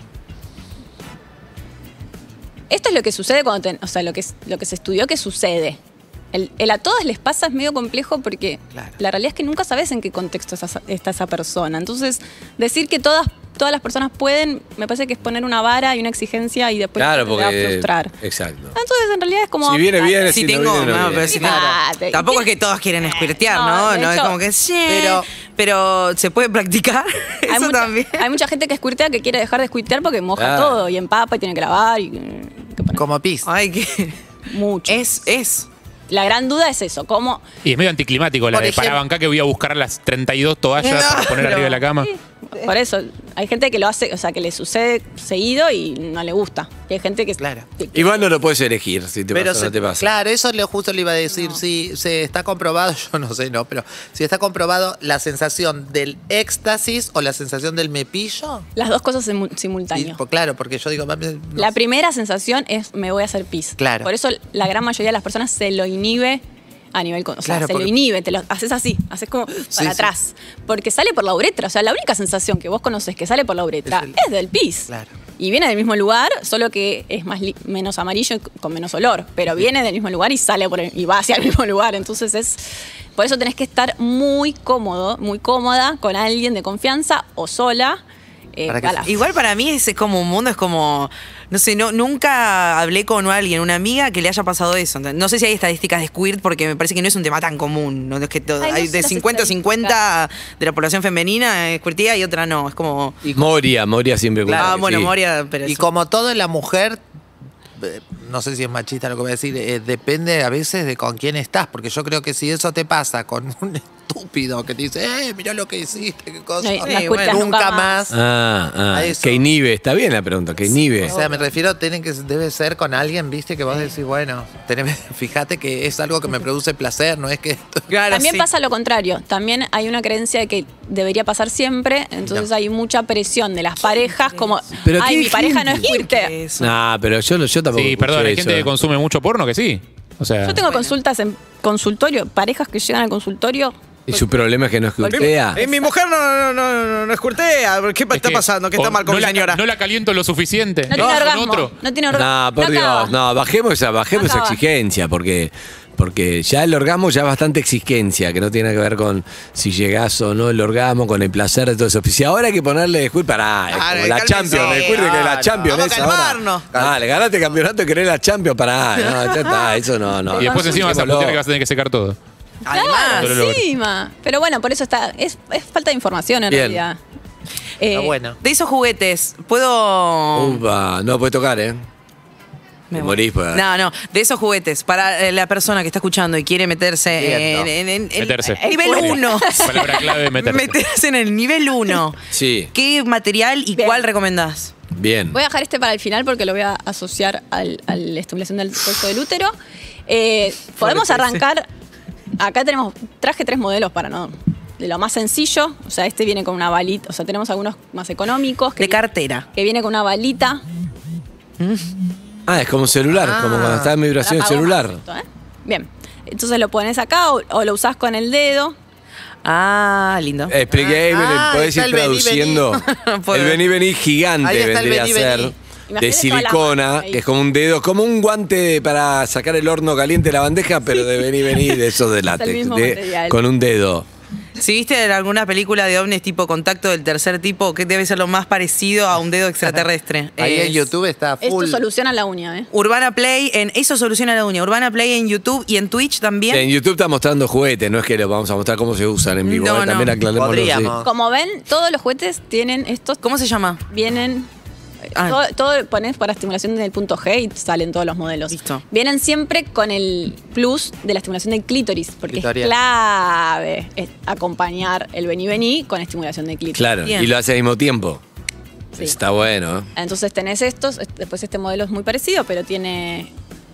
S5: Esto es lo que sucede cuando, ten- o sea, lo que, es- lo que se estudió que sucede. El, el a todas les pasa es medio complejo porque la realidad es que nunca sabes en qué contexto está, esa- está esa persona. Entonces, decir que todas todas las personas pueden, me parece que es poner una vara y una exigencia y después
S2: Claro,
S5: Pues te va a
S2: porque-
S5: frustrar.
S2: exacto.
S5: Entonces, en realidad es como.
S2: Si viene, viene.
S3: Si
S2: no
S3: tengo,
S2: viene, no
S3: no,
S2: viene.
S3: pero si
S5: Ah,
S3: no,
S5: te-
S3: tampoco es que todos quieren espirtear,
S5: No,
S3: ¿no?
S5: de
S3: No, es
S5: hecho- eh,
S3: como que sí, pero,
S6: Pero-
S3: se puede practicar *laughs* *laughs* eso
S5: hay mucha, *laughs*
S3: también.
S5: hay mucha gente que escuitea que quiere dejar de escuitear porque moja
S2: Claro.
S5: todo y empapa y tiene que lavar y. mm, que poner
S6: Como pis.
S3: Ay, que
S5: mucho.
S3: es, es.
S5: La gran duda es eso, cómo.
S4: Y es medio anticlimático la
S6: Por
S4: de
S6: ejemplo-
S4: para bancar que voy a buscar las 32 toallas
S3: No,
S4: para poner
S3: no.
S4: arriba de la cama.
S5: Por eso, hay gente que lo hace, o sea, que le sucede seguido y no le gusta. Y hay gente que.
S6: Claro.
S5: que- que-
S2: Igual no lo puedes elegir si te
S6: Pero
S2: pasa o
S6: se-
S2: no te pasa.
S6: Claro, eso le justo le iba a decir. Si se está comprobado, *laughs* yo no sé, no, pero si está comprobado la sensación del éxtasis o la sensación del mepillo.
S5: las dos cosas en mu-
S6: Y,
S5: simultáneo.
S6: pues, claro, porque yo digo, mami, no
S5: La
S6: sé.
S5: primera sensación es me voy a hacer pis.
S6: Claro.
S5: Por eso la gran mayoría de las personas se lo inhibe a nivel, con- o sea,
S6: Claro,
S5: se lo
S6: porque-
S5: inhibe, te lo haces así, haces como para
S6: sí.
S5: atrás, porque sale por la uretra, o sea, la única sensación que vos conoces que sale por la uretra es,
S6: Es el-
S5: del pis.
S6: Claro.
S5: Y viene del mismo lugar, solo que es más li- menos amarillo y con menos olor, pero viene del mismo lugar y sale por el- y va hacia el *laughs* mismo lugar, entonces es por eso tenés que estar muy cómodo, muy cómoda con alguien de confianza o sola. eh,
S6: Para que-
S5: para la-
S3: Igual para mí es como un mundo, es como, no sé, no, nunca hablé con alguien, una amiga que le haya pasado eso. Ent- No sé si hay estadísticas de squirt porque me parece que no es un tema tan común. ¿no? Es que todo-
S5: Ay, no
S3: hay
S5: sé
S3: de
S5: las
S3: 50 a 50 de la población femenina eh, squirtía y otra no. Es como...
S2: Moria, Moria siempre
S3: ah,
S2: que
S3: bueno,
S2: sí.
S3: Moria, pero...
S6: Y
S3: eso.
S6: como todo en la mujer, eh, no sé si es machista lo que voy a decir, eh, depende a veces de con quién estás, porque yo creo que si eso te pasa con *laughs* un estúpido que te dice, eh, mirá lo que hiciste, qué cosa,
S5: Sí,
S3: las cuerdas
S6: nunca
S5: nunca
S6: más.
S5: más.
S2: Ah, ah,
S6: A eso.
S2: que inhibe, está bien la pregunta, que inhibe.
S6: O sea, me refiero, tienen que, debe ser con alguien, viste, que vos decís, bueno, tenés- *laughs* fíjate que es algo que me produce placer, no es que... *laughs*
S3: Claro,
S5: También
S3: sí.
S5: pasa lo contrario. También hay una creencia de que debería pasar siempre. Entonces
S6: No.
S5: hay mucha presión de las parejas, como,
S2: Pero
S5: ay,
S2: qué
S5: mi pareja no es
S2: gente.
S5: fuerte.
S3: Eso.
S2: Nah, Ah, pero yo, lo- yo tampoco.
S4: Sí, perdón,
S2: escuché
S4: hay gente
S2: eso.
S4: que consume mucho porno que sí. O sea,
S5: Yo tengo consultas en consultorio, parejas que llegan al consultorio.
S2: Y su problema es que no escutea.
S7: Eh, mi mujer no, no, no, no, no escurtea. ¿Qué pa-
S4: Ah. es
S7: está
S4: que-
S7: pasando? ¿Qué está
S4: o
S7: mal con
S4: no
S7: mi
S4: la-
S7: señora?
S4: no la caliento lo suficiente.
S5: No,
S4: No,
S5: tiene
S4: con
S5: orgasmo.
S4: otro.
S5: No tiene orgasmo.
S2: No, por Dios,
S5: acaba.
S2: no, bajemos esa, bajemos
S5: No
S2: esa
S5: acaba.
S2: exigencia, porque, porque ya el orgasmo ya es bastante exigencia, que no tiene que ver con si llegás o no el orgasmo, con el placer de todo eso. Si ahora hay que ponerle de para
S7: Claro,
S2: la
S7: cálmense,
S2: Champions, de que la
S7: claro.
S2: Champions
S7: Vamos a
S2: es ahora.
S7: calmarnos.
S2: Dale, ganaste el campeonato y querés la Champions para no, ya está,
S5: *laughs*
S2: eso no, no.
S4: Y después encima vas a
S2: Dejémoslo.
S4: putear que vas a tener que secar todo.
S5: Claro,
S4: No lo logro.
S5: encima. Ah, Pero bueno, por eso está. Es, es falta de información en
S2: Bien.
S5: realidad. Eh,
S6: Pero bueno.
S3: De esos juguetes, puedo.
S2: Upa, no puede tocar, ¿eh? Uh,
S3: Me
S2: Te
S3: voy.
S2: morís pues. por-
S3: No, no, de esos juguetes, para eh, la persona que está escuchando y quiere meterse
S6: Bien,
S3: en,
S6: no.
S3: en- en- en-
S4: Meterse.
S3: en nivel
S4: Fuera. *laughs*
S3: 1.
S4: Palabra
S3: *laughs*
S4: clave, meterse.
S3: en el nivel 1.
S2: *laughs* Sí.
S3: ¿Qué material y
S5: Bien.
S3: cuál recomendás?
S2: Bien.
S5: Voy a dejar este para el final porque lo voy a asociar al- a la estimulación del cuello del útero. Eh, podemos arrancar. Acá tenemos, traje tres modelos para no. De lo más sencillo, o sea, este viene con una balita, o sea, tenemos algunos más económicos. Que,
S3: De cartera.
S5: que viene con una balita.
S2: Ah, es como un celular, como cuando está en vibración el
S5: Apagó más
S2: celular.
S5: esto, ¿eh? Bien. Entonces lo pones acá o, o lo usás con el dedo.
S3: Ah, lindo.
S2: Expliqué,
S6: Ah,
S2: me lo
S6: ah,
S2: podés
S6: está
S2: ir
S6: el vení,
S2: traduciendo.
S3: vení. *laughs* Por-
S2: El vení, vení
S6: Ahí
S2: gigante
S6: está el
S2: vendría a
S6: vení,
S2: ser.
S6: vení.
S2: De
S5: Imagínate toda la mano
S2: silicona,
S5: ahí.
S2: que es como un dedo, como un guante para sacar el horno caliente de la bandeja, pero de vení, vení, de esos de látex,
S5: mismo
S2: de-
S5: material.
S2: con un dedo.
S3: Si viste en alguna película de ovnis tipo contacto del tercer tipo, que debe ser lo más parecido a un
S2: *laughs*
S3: dedo extraterrestre.
S6: Ahí
S3: Es-
S6: en YouTube está
S5: Esto
S6: full.
S5: soluciona la uña, ¿eh?
S3: Urbana Play, en eso soluciona la uña. Urbana Play en YouTube y en Twitch también.
S2: En YouTube está mostrando juguetes, no es que lo vamos a mostrar cómo se usan en vivo.
S3: No,
S2: eh, También
S3: no.
S2: aclaremos
S6: Podríamos.
S5: Como ven, todos los juguetes tienen estos.
S3: ¿Cómo se llama?
S5: vienen.
S3: Ah.
S5: Todo, todo pones para estimulación del punto G y salen todos los modelos.
S3: Listo.
S5: Vienen siempre con el plus de la estimulación del clítoris, porque
S6: Clitorial.
S5: es clave es acompañar el vení vení con estimulación del clítoris.
S2: Claro,
S3: Bien.
S2: y lo hace al mismo tiempo.
S5: Sí.
S2: Está bueno, ¿eh?
S5: Entonces tenés estos, est- después este modelo es muy parecido, pero tiene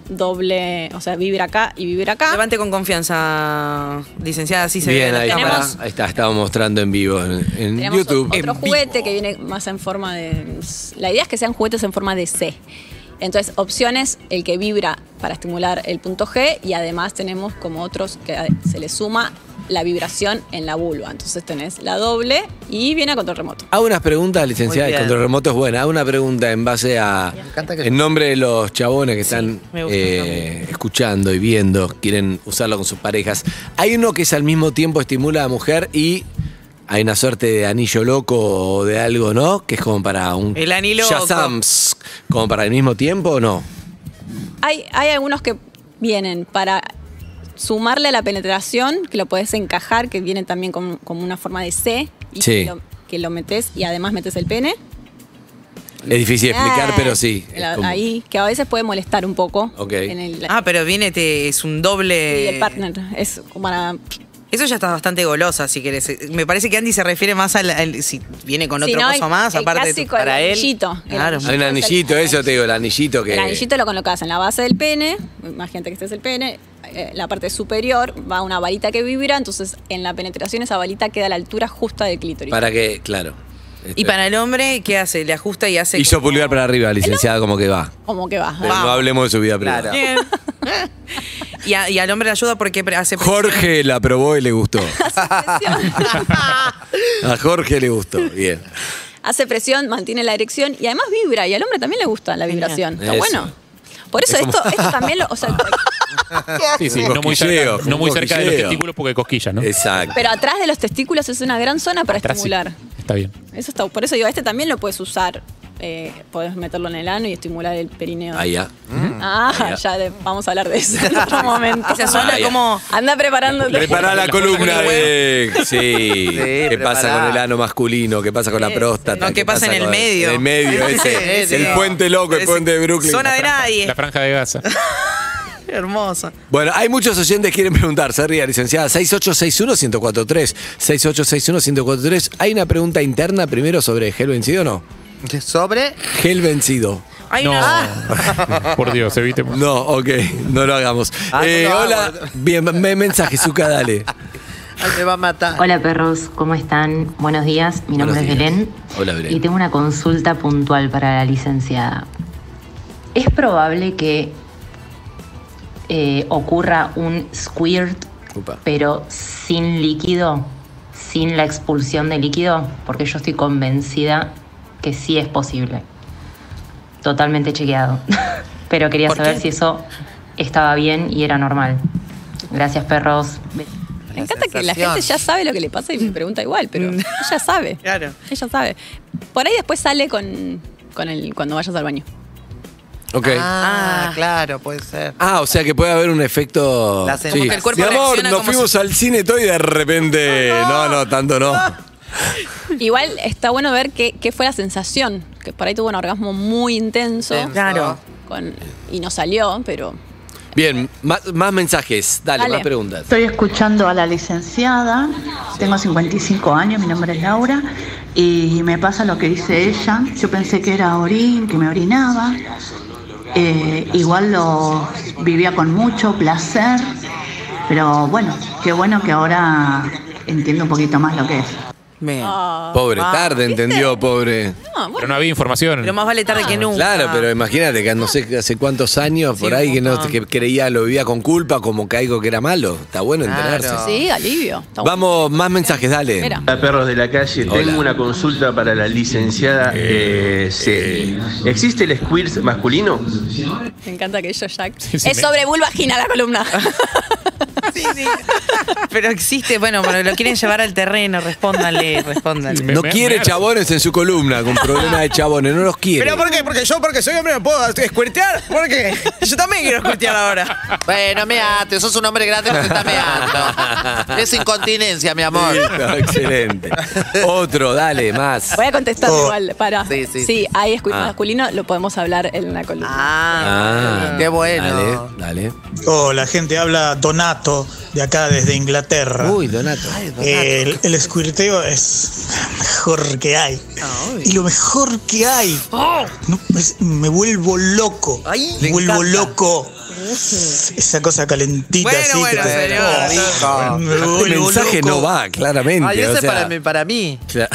S5: doble, o sea, vibra acá y vibra acá.
S3: Levante con confianza, licenciada, así se ve. en
S2: Bien,
S3: la
S2: ahí
S3: cámara.
S2: está. Ahí está, estamos mostrando en vivo en, en
S5: Tenemos
S2: YouTube.
S5: otro
S2: En
S5: juguete
S2: vivo.
S5: que viene más en forma de. La idea es que sean juguetes en forma de C. Entonces, opciones, el que vibra para estimular el punto G y además tenemos como otros que a- se le suma la vibración en la vulva. Entonces tenés la doble y viene a control remoto.
S2: Hago unas preguntas, licenciada, el
S6: Muy bien.
S2: control remoto es buena. Hago una pregunta en base a.
S6: encanta que-
S2: En nombre de los chabones que están
S3: me gusta
S2: eh, escuchando y viendo, quieren usarlo con sus parejas. Hay uno que es al mismo tiempo estimula a la mujer y hay una suerte de anillo loco o de algo, ¿no? Que es como para un.
S3: El aniloco.
S2: Shazams, como para el mismo tiempo o no.
S5: Hay, hay algunos que vienen para sumarle a la penetración, que lo podés encajar, que viene también como, como una forma de C, y
S2: Sí.
S5: que, lo, que lo metes y además metes el pene.
S2: Es difícil de explicar,
S5: Ah,
S2: pero sí. es
S5: la-
S2: como-
S5: Ahí, que a veces puede molestar un poco.
S2: Ok.
S5: En el,
S3: Ah, eh, pero viene, te, es un
S5: y
S3: doble.
S5: el partner. Es como para.
S3: Eso ya está bastante golosa, si querés. Me parece que Andy se refiere más al. al- si viene con
S5: Sí,
S3: otro
S5: ¿no? El-
S3: coso más,
S5: el
S3: aparte de tu-
S5: clásico, el
S3: para él.
S5: anillito, el
S3: Claro.
S5: anillito.
S2: Hay un anillito, eso te digo, el anillito que.
S5: El anillito lo colocas en la base del pene. Imagínate que este es el pene. eh, La parte superior va una varita que vibra, entonces en la penetración esa varita queda a la altura justa del clítoris.
S2: Para que, claro. Este,
S3: Y para el hombre, ¿qué hace? Le ajusta y hace.
S2: Hizo
S3: como-
S2: pulgar para arriba, licenciada, como que va.
S5: Como que va.
S2: Pero no hablemos de su vida privada.
S6: Claro.
S3: Bien. y, a- y al hombre le ayuda porque pre- hace. presión.
S2: Jorge la probó y le gustó. A Jorge le gustó, bien.
S5: *laughs* Hace presión, mantiene la erección y además vibra. Y al hombre también le gusta la vibración. Está
S2: Eso.
S5: bueno. Por eso
S2: Es como-
S5: esto, esto también lo.
S2: *laughs*
S5: o sea,
S4: Sí, sí,
S2: Un
S4: no muy
S2: cosquilleo,
S4: cerca, no
S2: un
S4: muy cerca de los
S2: cosquilleo.
S4: testículos porque cosquillas, ¿no?
S2: Exacto.
S5: pero atrás de los testículos es una gran zona para
S4: Atrás sí.
S5: estimular.
S4: Está bien.
S5: Eso está, por eso digo, este también lo puedes usar. Eh, podés meterlo en el ano y estimular el perineo.
S2: Ahí ya.
S3: Mm.
S5: Ah, ya de- vamos a hablar de eso
S3: *laughs*
S5: en otro momento.
S3: Esa zona
S2: Ah, ya.
S3: como.
S5: Anda preparándote.
S2: Prepará la
S4: la
S2: columna de. Sí. ¿Qué
S6: prepará.
S2: pasa con el ano masculino? ¿Qué pasa con la
S5: Sí,
S2: próstata?
S3: No, ¿qué pasa en el
S2: con-
S3: medio?
S2: En el medio, ese.
S3: *laughs* Sí, sí.
S2: El puente loco, el
S3: Ese-
S2: puente de Brooklyn.
S3: Zona de nadie.
S4: La franja de Gaza.
S3: Hermosa.
S2: Bueno, hay muchos oyentes que quieren preguntar, se ría, licenciada. 6861-1043. 6861-1043. Hay una pregunta interna primero sobre gel vencido o no.
S6: ¿Sobre?
S2: Gel vencido.
S3: Hay
S4: No.
S2: Ah,
S3: una. Ah,
S4: Por Dios, evitemos.
S2: No, ok, no lo hagamos.
S6: Ah, no
S2: Eh,
S6: lo hago.
S2: hola, bien, me- mensaje, Zuka, dale.
S6: Ay, me va a matar.
S8: Hola perros, ¿cómo están? Buenos días, mi nombre
S2: Buenos
S8: es
S2: días.
S8: Belén.
S2: Hola, Belén.
S8: Y tengo una consulta puntual para la licenciada. ¿Es probable que eh, ocurra un squirt,
S2: Upa.
S8: pero sin líquido, sin la expulsión de líquido? Porque yo estoy convencida que sí es posible. Totalmente chequeado. *laughs* pero quería
S3: ¿Por
S8: saber
S3: qué?
S8: si eso estaba bien y era normal. Gracias perros.
S5: Me encanta que la gente ya sabe lo que le pasa y me pregunta igual, pero
S3: Mm.
S5: ella sabe.
S3: Claro.
S5: Ella sabe. Por ahí después sale con, con el cuando vayas al baño.
S2: Ok. Ah.
S6: Ah,
S3: Ah.
S6: claro, puede ser.
S2: o sea que puede haber un efecto.
S6: La sensación. Como que el
S3: cuerpo
S2: Mi amor,
S3: reacciona
S2: nos
S3: como
S2: fuimos al cine todo y de repente. No, no, tanto no.
S5: Igual está bueno ver qué, qué fue la sensación. Que por ahí tuvo un orgasmo muy intenso
S3: Claro.
S5: con, y no salió, pero
S2: Bien, más, más mensajes. Dale,
S5: Dale.
S2: más preguntas.
S9: Estoy escuchando a la licenciada, tengo 55 años, mi nombre es Laura, y me pasa lo que dice ella. Yo pensé que era orín, que me orinaba. Eh, igual lo vivía con mucho placer, pero bueno, qué bueno que ahora entiendo un poquito más lo que es.
S3: Bien.
S2: Pobre,
S3: Ah,
S2: tarde, entendió, pobre.
S5: no,
S4: Pero
S5: bueno,
S4: no había información.
S3: Pero más vale tarde que nunca.
S2: Ah, Claro, pero imagínate que no sé hace cuántos años por ahí que no
S3: papá.
S2: que creía, lo vivía con culpa, como que algo que era malo. Está bueno enterarse.
S6: Claro.
S5: sí, alivio. Está bueno.
S2: Vamos, más mensajes, dale.
S5: Mira.
S10: Hola perros de la calle,
S2: Hola.
S10: tengo una consulta para la licenciada eh, Celi. ¿Existe el squirt masculino?
S5: Me encanta que yo, Jack.
S4: sí,
S5: es
S4: me-
S5: sobre vulvagina la
S2: *laughs*
S5: columna.
S3: Sí, sí. *laughs* Pero existe, bueno, pero lo quieren llevar al terreno, respóndanle, respóndanle.
S4: Me-
S2: No
S4: me-
S2: quiere
S4: me-
S2: chabones en su columna, con problema de chabones, no los quiere.
S7: ¿Pero por qué? Porque yo, porque soy hombre, no puedo escuertear. ¿Por qué?
S3: Yo también quiero escuchar ahora.
S6: Bueno, meate, sos un hombre grande que se está *laughs* meando. Es incontinencia, mi amor.
S2: Listo, Ah, excelente. Otro, dale, más.
S5: Voy a contestar igual, para.
S6: Sí, sí, sí.
S5: Sí, hay escucha
S2: Oh. Ah.
S5: masculino, lo podemos hablar en la columna.
S2: Ah,
S6: Qué bueno.
S2: Dale,
S11: Hola, gente habla Donato de acá desde Inglaterra.
S2: dale. Uy, Donato. Este
S11: El, el squirteo es lo mejor que hay. Y lo mejor que hay. No, es- me vuelvo loco.
S6: Oh. Ay,
S11: me
S6: le
S11: vuelvo
S6: encanta.
S11: loco. Esa cosa calentita
S3: Bueno,
S11: así
S3: bueno,
S11: que te-
S3: señor.
S11: Oh,
S6: Rico.
S11: me
S2: El
S11: vuelvo
S2: mensaje
S11: loco.
S2: no va, claramente.
S6: Ay,
S2: o
S6: ese
S2: sea,
S6: para mí, para mí.
S2: cla-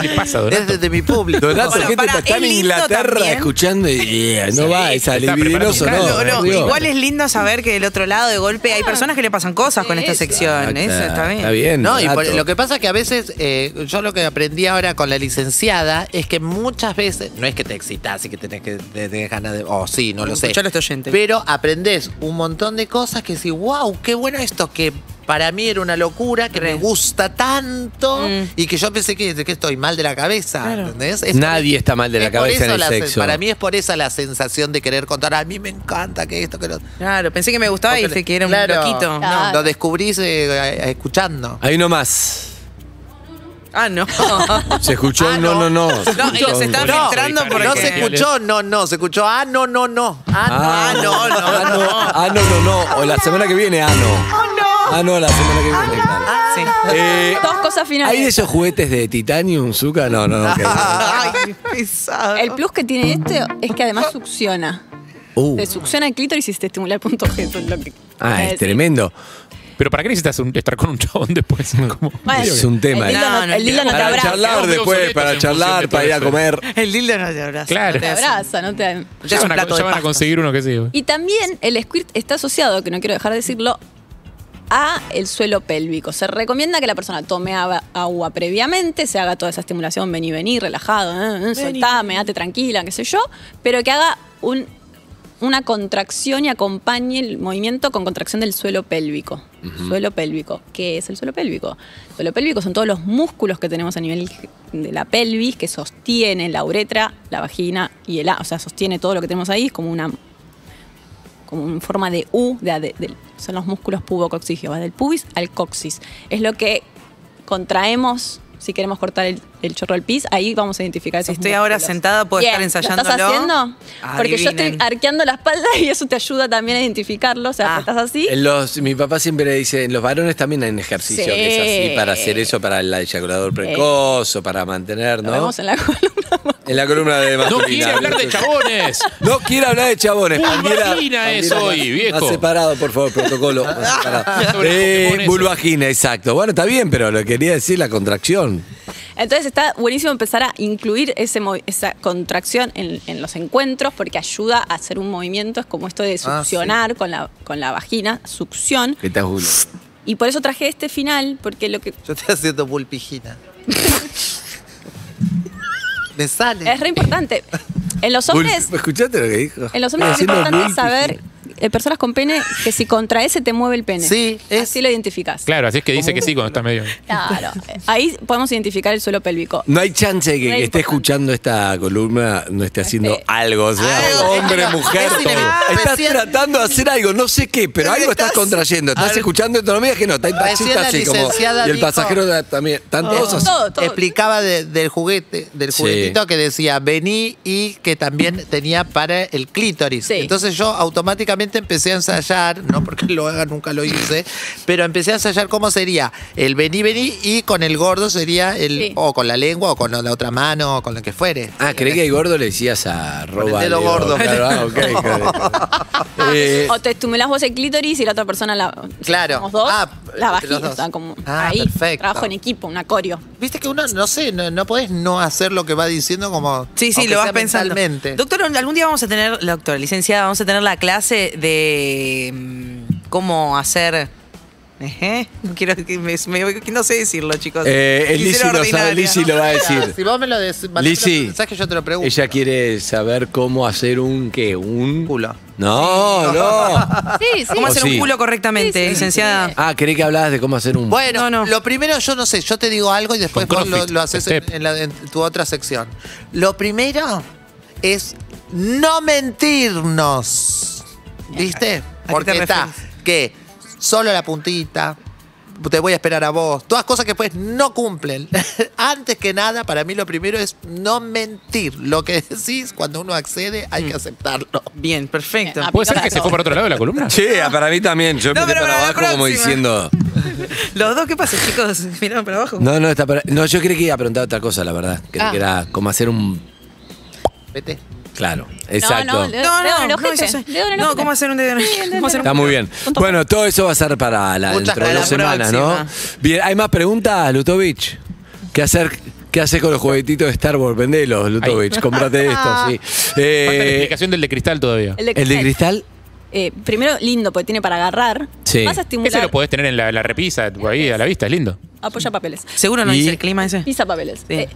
S4: ¿Qué le pasa, Donato?
S6: Es desde mi público.
S2: Donato,
S3: Bueno,
S2: gente
S3: pará,
S2: está- está
S3: es
S2: en
S3: lindo
S2: Inglaterra
S3: también.
S2: escuchando y yeah, no va, esa
S4: está
S2: libidinoso
S4: preparado.
S2: no.
S3: No, no,
S2: Río.
S3: igual es lindo saber que del otro lado de golpe hay personas que le pasan cosas con esta
S5: Sí, sí.
S2: Ah,
S3: sección. Eso está bien.
S2: Está bien.
S6: No, y por-
S2: Donato.
S6: lo que pasa es que a veces, eh, yo lo que aprendí ahora con la licenciada es que muchas veces, no es que te excitas y que tenés que te- tenés ganas de. Oh, sí, no lo sé.
S3: Escuchalo a este oyente.
S6: Pero aprendés un montón de cosas que decís, wow, qué bueno esto que Para mí era una locura que me gusta tanto
S3: Mm.
S6: y que yo pensé que, que estoy mal de la cabeza, ¿entendés? Es-
S2: Nadie está mal de la
S6: es por
S2: cabeza en
S6: eso
S2: el
S6: la sen-
S2: sexo.
S6: Para mí es por esa la sensación de querer contar, a mí me encanta que esto, que lo...
S3: Claro, pensé que me gustaba y
S6: Porque
S3: dije
S6: le-
S3: que era un
S6: claro,
S3: loquito. No.
S6: Lo descubrís eh, a- a- escuchando.
S2: Hay uno más.
S6: *laughs*
S3: Ah, no.
S2: Se escuchó un no, no, no. Se
S3: No, y
S2: escuchó
S3: los
S2: un-
S3: están
S6: No,
S3: filtrando porque.
S6: no se escuchó, no, no, se escuchó, ah, no, no, no. Ah,
S2: Ah,
S6: no,
S2: no,
S6: ah, no, no, no.
S2: *laughs* Ah, no, no, no. O la semana que viene, ah, no. Ah, no, la semana que viene. claro.
S3: Sí.
S2: Eh,
S5: Dos cosas finales.
S2: ¿Hay de esos juguetes de Titanium, Zuka? No, no, no. ok. Ah.
S6: Ay, qué pesado.
S5: El plus que tiene este es que además succiona.
S2: Uh,
S5: Te succiona el clítoris y te estimula el punto G. eso es lo que-
S2: ah,
S5: Eh,
S2: es tremendo.
S4: Pero ¿para qué necesitas un- estar con un chabón después? Como-
S5: Bueno,
S2: Es un tema.
S5: El
S2: eh.
S5: dildo no,
S3: No, no,
S5: el dildo no te
S2: Para
S5: abraza.
S2: charlar
S4: Quedamos
S2: después,
S4: obsoletos
S2: para
S4: en función de
S2: charlar,
S4: todo
S2: para ir a
S4: eso.
S2: comer.
S3: El dildo no te abraza.
S4: Claro.
S3: no
S5: Te
S3: te hace.
S5: abraza, no te.
S3: Ya
S4: Ya,
S3: es un
S4: van a,
S3: plato de
S4: ya van a
S3: pasto.
S4: conseguir uno que sí. güey.
S5: Y también el squirt está asociado, que no quiero dejar de decirlo, a el suelo pélvico. Se recomienda que la persona tome agua, agua previamente, se haga toda esa estimulación, vení, vení, relajado, eh, eh, soltame, date tranquila, qué sé yo, pero que haga un- una contracción y acompañe el movimiento con contracción del suelo pélvico. Suelo pélvico. ¿Qué es el suelo pélvico? El suelo pélvico son todos los músculos que tenemos a nivel de la pelvis que sostiene la uretra, la vagina y el a, o sea, sostiene todo lo que tenemos ahí, es como una como en forma de U, de, de- del- son los músculos pubocoxígeos, va del pubis al coxis. Es lo que contraemos si queremos cortar el, el chorro del pis, ahí vamos a identificar esos
S3: Si estoy ahora
S5: músculos.
S3: sentada, puedo
S5: Bien,
S3: estar
S5: ¿Lo estás
S3: ensayándolo.
S5: haciendo? Porque yo estoy
S3: Adivinen.
S5: arqueando la espalda *laughs* y eso te ayuda también a identificarlo. O sea,
S3: Ah,
S5: estás así.
S2: En los, mi papá siempre dice, en los varones también hay un ejercicio
S5: Sí.
S2: que es así para hacer eso, para el eyaculador precoz o para mantener, ¿no?
S5: Lo vemos en la *laughs* columna.
S2: En la columna de
S4: No
S2: masculina.
S4: quiere hablar de chabones.
S2: No quiere hablar de chabones.
S4: Vulva
S2: Pandiera-
S4: vagina es
S2: Pandiera,
S4: hoy,
S2: más-
S4: viejo. Ah,
S2: Más separado, por favor, protocolo. más separado.
S4: Sobre los
S2: Eh,
S4: Pokémones.
S2: vulvagina, exacto. Bueno, está bien, pero lo quería decir la contracción.
S5: Entonces está buenísimo empezar a incluir ese movi- esa contracción en, en los encuentros porque ayuda a hacer un movimiento, es como esto de
S6: Ah, sí.
S5: succionar con, la, con la vagina, succión.
S2: Que está Julio.
S5: Y por eso traje este final, porque lo que
S6: Yo estoy haciendo
S2: *laughs*
S6: pulpijina. Me sale.
S5: es re importante. En los hombres,
S2: Vulv- ¿Escuchaste lo que dijo?
S5: en los hombres es
S2: Haciendo
S5: importante
S2: vulpis.
S5: saber, eh, personas con pene, que si contrae se te mueve el pene.
S6: Sí, es-
S5: Así lo identificas.
S4: Claro, así es que dice que sí cuando está medio.
S5: Claro. Ahí podemos identificar el suelo pélvico.
S2: No hay chance de que,
S5: Re
S2: que esté
S5: importante.
S2: escuchando esta columna no esté haciendo
S5: Este-
S2: algo, o sea,
S6: Algo,
S2: hombre,
S6: es que-
S2: mujer,
S6: es
S2: todo.
S6: inevitable.
S2: Estás
S6: Recién-
S2: tratando de hacer algo, no sé qué, pero algo estás
S6: Estás-
S2: contrayendo. Estás
S6: al-
S2: escuchando esto, no me digas que no, está el
S6: Recién
S2: taxista
S6: la
S2: así como.
S6: licenciada
S2: Y el
S6: dijo- Oh.
S2: pasajero da- también. Están todos así.
S5: Todo, todo.
S6: Explicaba de- del juguete, del
S2: Sí.
S6: juguetito que decía vení y que también tenía para el clítoris.
S5: Sí.
S6: Entonces yo automáticamente empecé a ensayar, no porque lo haga, nunca lo hice, pero empecé a ensayar cómo sería el vení, vení y con el gordo sería el,
S5: Sí.
S6: o con la lengua o con la otra mano o con lo que fuere.
S2: Ah, creí que el gordo le decías a
S6: el
S2: Roba.
S6: dedo gordo.
S2: Claro, ah, ok, ok, ok. Eh,
S5: O te estimulás vos el clítoris y la otra persona la.
S6: Claro.
S5: Somos dos.
S6: Ah,
S5: la
S6: entre los
S5: vagina.
S6: dos.
S5: o sea, como
S6: Ah,
S5: ahí.
S6: perfecto.
S5: Trabajo en equipo, un acorio.
S6: Viste que uno, no sé, no, no podés no hacer lo que va diciendo como...
S3: Sí, sí,
S6: aunque
S3: lo vas
S6: sea
S3: pensando.
S6: mentalmente.
S3: Doctor, algún día vamos a tener, la doctora, licenciada, vamos a tener la clase de mm, cómo hacer. Ejé, No *laughs* quiero que me, me- no sé decirlo, chicos.
S2: eh, el
S3: Quisiera
S2: Lizzy lo sabe,
S3: ordinaria.
S2: Lizzy lo va a decir.
S6: Si vos me lo decís,
S2: Lizzy.
S6: mensaje yo te lo pregunto.
S2: Ella quiere saber cómo hacer un qué, un
S6: Culo.
S2: No, no.
S5: Sí, sí.
S3: ¿Cómo
S2: Oh,
S3: hacer
S2: sí.
S3: un culo correctamente,
S5: Sí, sí,
S3: licenciada?
S5: sí.
S2: Ah, creí que hablabas de cómo hacer un
S6: Bueno,
S3: No, no.
S6: lo primero yo no sé, yo te digo algo y después
S4: Con
S6: vos lo,
S4: CrossFit,
S6: lo haces en,
S4: step.
S6: en la- en tu otra sección. Lo primero es no mentirnos. ¿Viste?
S3: ¿A qué
S6: Porque
S3: te
S6: está
S3: referís?
S6: que solo la puntita, te voy a esperar a vos, todas cosas que después no
S3: *laughs*
S6: cumplen. Antes que nada, para mí lo primero es no mentir. Lo que decís cuando uno accede hay
S3: Mm.
S6: que aceptarlo.
S3: Bien, perfecto.
S5: Bien,
S2: Pues-
S4: ¿Puede ser que se fue para otro lado de la columna?
S2: Sí, ah, para mí también. Yo
S3: No,
S2: miré
S3: pero
S2: para
S3: para la
S2: abajo como
S3: próxima.
S2: diciendo.
S3: Los dos, ¿qué pasa, chicos? *laughs* Miraron para abajo.
S2: No, no, está para- no, yo creí que iba a preguntar otra cosa, la verdad. Creí
S5: Ah.
S2: que era como hacer un.
S6: Vete.
S2: Claro, exacto.
S5: no, le- Dedo en el ojete,
S3: eso-
S5: dedo en el
S3: no,
S5: ojete.
S3: ¿cómo hacer un dedo en el ¿Cómo *laughs* hacer un-
S2: Está muy bien. Bueno, todo eso va a ser para la,
S6: Muchas
S2: dentro de dos
S6: gracias.
S2: semanas,
S3: Próxima.
S2: ¿no? Bien, ¿hay más preguntas, Lutovich? ¿Qué hacer? ¿Qué haces con los juguetitos de Star Wars? Vendelos, Lutovich. Cómprate esto, sí.
S4: Falta la
S2: Eh,
S4: explicación del de cristal todavía.
S2: ¿El de cristal?
S5: Eh, primero, lindo, porque tiene para agarrar.
S2: Sí.
S5: Vas a estimular.
S4: Ese lo podés tener en la, la repisa, ahí a la vista, es lindo.
S5: Apoya papeles.
S3: Seguro no
S2: Y-
S3: dice el clima ese.
S5: Pisa papeles.
S3: Sí.
S5: Eh,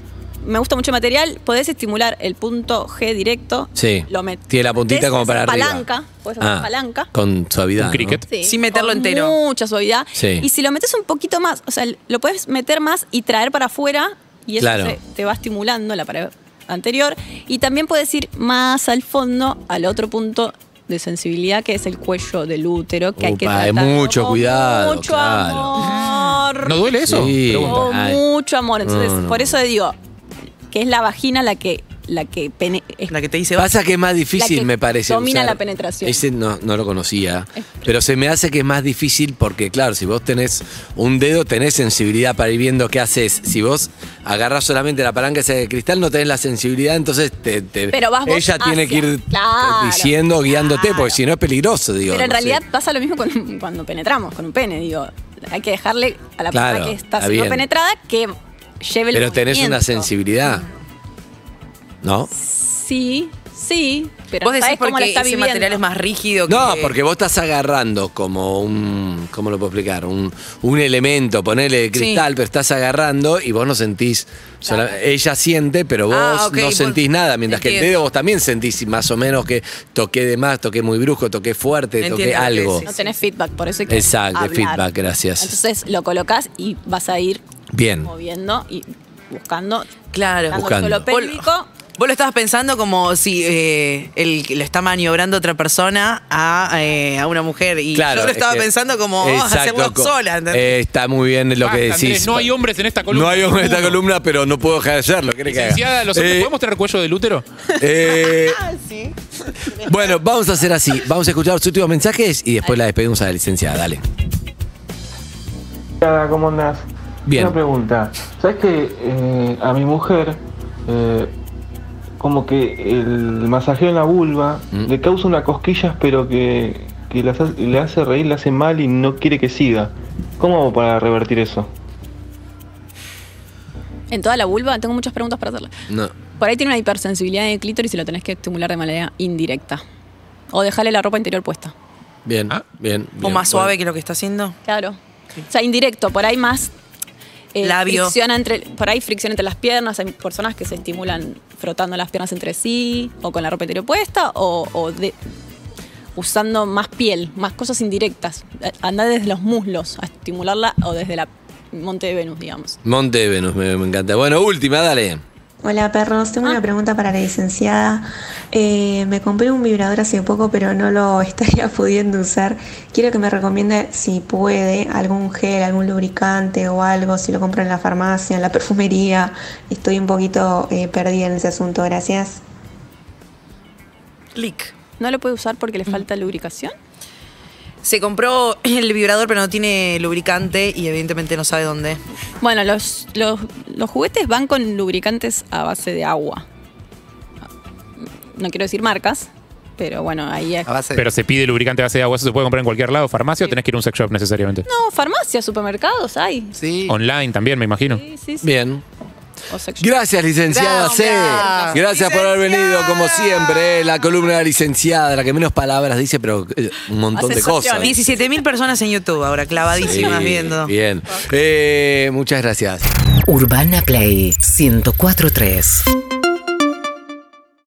S5: me gusta mucho el material, podés estimular el punto G directo.
S2: Sí.
S5: Lo metes.
S2: Tiene la puntita como para arriba.
S5: Palanca. Podés hacer
S2: Ah,
S5: palanca.
S2: Con suavidad.
S4: Un cricket.
S5: Sí,
S3: Sin meterlo
S5: con
S3: entero.
S5: Mucha suavidad.
S2: Sí.
S5: Y si lo metes un poquito más, o sea, lo puedes meter más y traer para afuera y eso
S2: Claro.
S5: se- te va estimulando la pared anterior. Y también puedes ir más al fondo, al otro punto de sensibilidad que es el cuello del útero que hay que
S2: Upa,
S5: tratar
S2: hay mucho
S5: con
S2: cuidado,
S5: mucho
S2: claro.
S5: amor
S4: ¿No duele eso?
S2: Sí.
S4: Pregunta.
S5: con
S2: Ay.
S5: mucho amor entonces
S2: No, no.
S5: por eso digo que es la vagina la que la que pene- es-
S3: La que te dice,
S2: Pasa que es más difícil,
S5: La que
S2: me parece.
S5: domina
S2: usar-
S5: la penetración.
S2: Ese no, no lo conocía. Pero se me hace que es más difícil porque, claro, si vos tenés un dedo, tenés sensibilidad para ir viendo qué haces. Si vos agarrás solamente la palanca esa de cristal, no tenés la sensibilidad, entonces te, te-
S5: Pero vas vos
S2: ella tiene que
S5: hacia-
S2: ir
S5: Claro,
S2: diciendo, guiándote, porque si no es peligroso, digo.
S5: Pero en
S2: no sé.
S5: realidad pasa lo mismo con- cuando penetramos, con un pene, digo. Hay que dejarle a la
S2: Claro,
S5: persona que está
S2: está
S5: siendo
S2: bien.
S5: penetrada que lleve el
S2: Pero tenés una
S5: movimiento.
S2: sensibilidad. ¿No?
S5: Sí, sí. Pero
S3: Vos
S5: no
S3: decís
S5: sabés cómo la
S3: porque
S5: está
S3: ese
S5: viviendo.
S3: material es más rígido que.
S2: No, porque vos estás agarrando como un. ¿Cómo lo puedo explicar? Un, un elemento, ponele cristal, pero estás agarrando y vos no sentís. sola- ella siente, pero vos
S3: Ah, ok,
S2: no
S3: vos-
S2: sentís nada. Mientras que el
S3: Entiendo.
S2: dedo vos también sentís más o menos que toqué de más, toqué muy brusco, toqué fuerte,
S3: Entiendo
S2: toqué
S3: lo que
S2: algo.
S3: decís.
S5: No tenés feedback, por eso hay que
S2: Exacto,
S5: hablar.
S2: feedback, gracias.
S5: Entonces lo colocas y vas a ir
S2: Bien.
S5: moviendo y buscando.
S3: Claro.
S5: dando
S2: Buscando.
S5: solo pélvico.
S3: Vos lo estabas pensando como si eh, el que lo está maniobrando otra persona a, eh, a una mujer. Y
S2: Claro,
S3: yo lo
S2: es
S3: estaba
S2: que-
S3: pensando como oh,
S2: Exacto,
S3: hacerlo
S2: co-
S3: sola. ¿entendés?
S2: eh, está muy bien lo
S4: Basta,
S2: que decís.
S4: Andrés, no hay hombres en esta columna.
S2: No hay hombres en esta
S4: Ninguno.
S2: columna, pero no puedo dejar de hacerlo. ¿querés que haga?
S4: Licenciada, ¿los hombres
S2: Eh,
S4: podemos tener cuello del útero?
S3: *laughs*
S2: Eh, Bueno, vamos a hacer así. Vamos a escuchar los últimos mensajes y después la despedimos a la licenciada. Dale.
S12: Hola, ¿Cómo andás?
S2: Bien.
S12: Una pregunta. ¿Sabes que eh, a mi mujer, eh, como que el masajeo en la vulva
S2: Mm,
S12: le causa unas cosquillas, pero que, que las hace- le hace reír, le hace mal y no quiere que siga? ¿Cómo hago para revertir eso?
S5: En toda la vulva, tengo muchas preguntas para hacerle.
S2: No.
S5: Por ahí tiene una hipersensibilidad en el clítoris y lo tenés que estimular de manera indirecta. O dejarle la ropa interior puesta.
S2: Bien, bien,
S3: Ah. o
S2: bien.
S3: más suave
S2: Bueno,
S3: que lo que está haciendo.
S5: Claro. O sea, indirecto, por ahí más. eh,
S3: Labio.
S5: fricción entre, por ahí fricción entre las piernas. Hay personas que se estimulan frotando las piernas entre sí, o con la ropa interior puesta, o, o de- usando más piel, más cosas indirectas. Andar desde los muslos a estimularla o desde la Monte de Venus, digamos.
S2: Monte de Venus, me, me encanta. Bueno, última, dale.
S13: Hola perros, tengo una pregunta para la licenciada. Eh, me compré un vibrador hace poco, pero no lo *laughs* estaría pudiendo usar. Quiero que me recomiende, si puede, algún gel, algún lubricante o algo, si lo compro en la farmacia, en la perfumería. Estoy un poquito eh, perdida en ese asunto, gracias.
S3: Click.
S5: ¿No lo puede usar porque le falta lubricación?
S3: Se compró el vibrador, pero no tiene lubricante y evidentemente no sabe dónde.
S5: Bueno, los, los, los juguetes van con lubricantes a base de agua. No quiero decir marcas, pero bueno, ahí es.
S6: A base de-
S4: Pero se pide lubricante a base de agua, eso se puede comprar en cualquier lado, farmacia o tenés que ir a un sex shop necesariamente.
S5: No, farmacias, supermercados hay.
S6: Sí.
S4: Online también, me imagino.
S5: Sí, sí, sí.
S2: Bien.
S5: O sex shop.
S2: Gracias, licenciada C.
S6: Gracias.
S2: Gracias por haber venido, como siempre. eh, La columna de la licenciada, la que menos palabras dice, pero eh, un montón de
S5: Hace sensación.
S2: cosas.
S3: 17.000 personas en YouTube ahora, clavadísimas
S2: Sí,
S3: viendo.
S2: Bien. Eh, muchas gracias.
S14: Urbana Play 1043.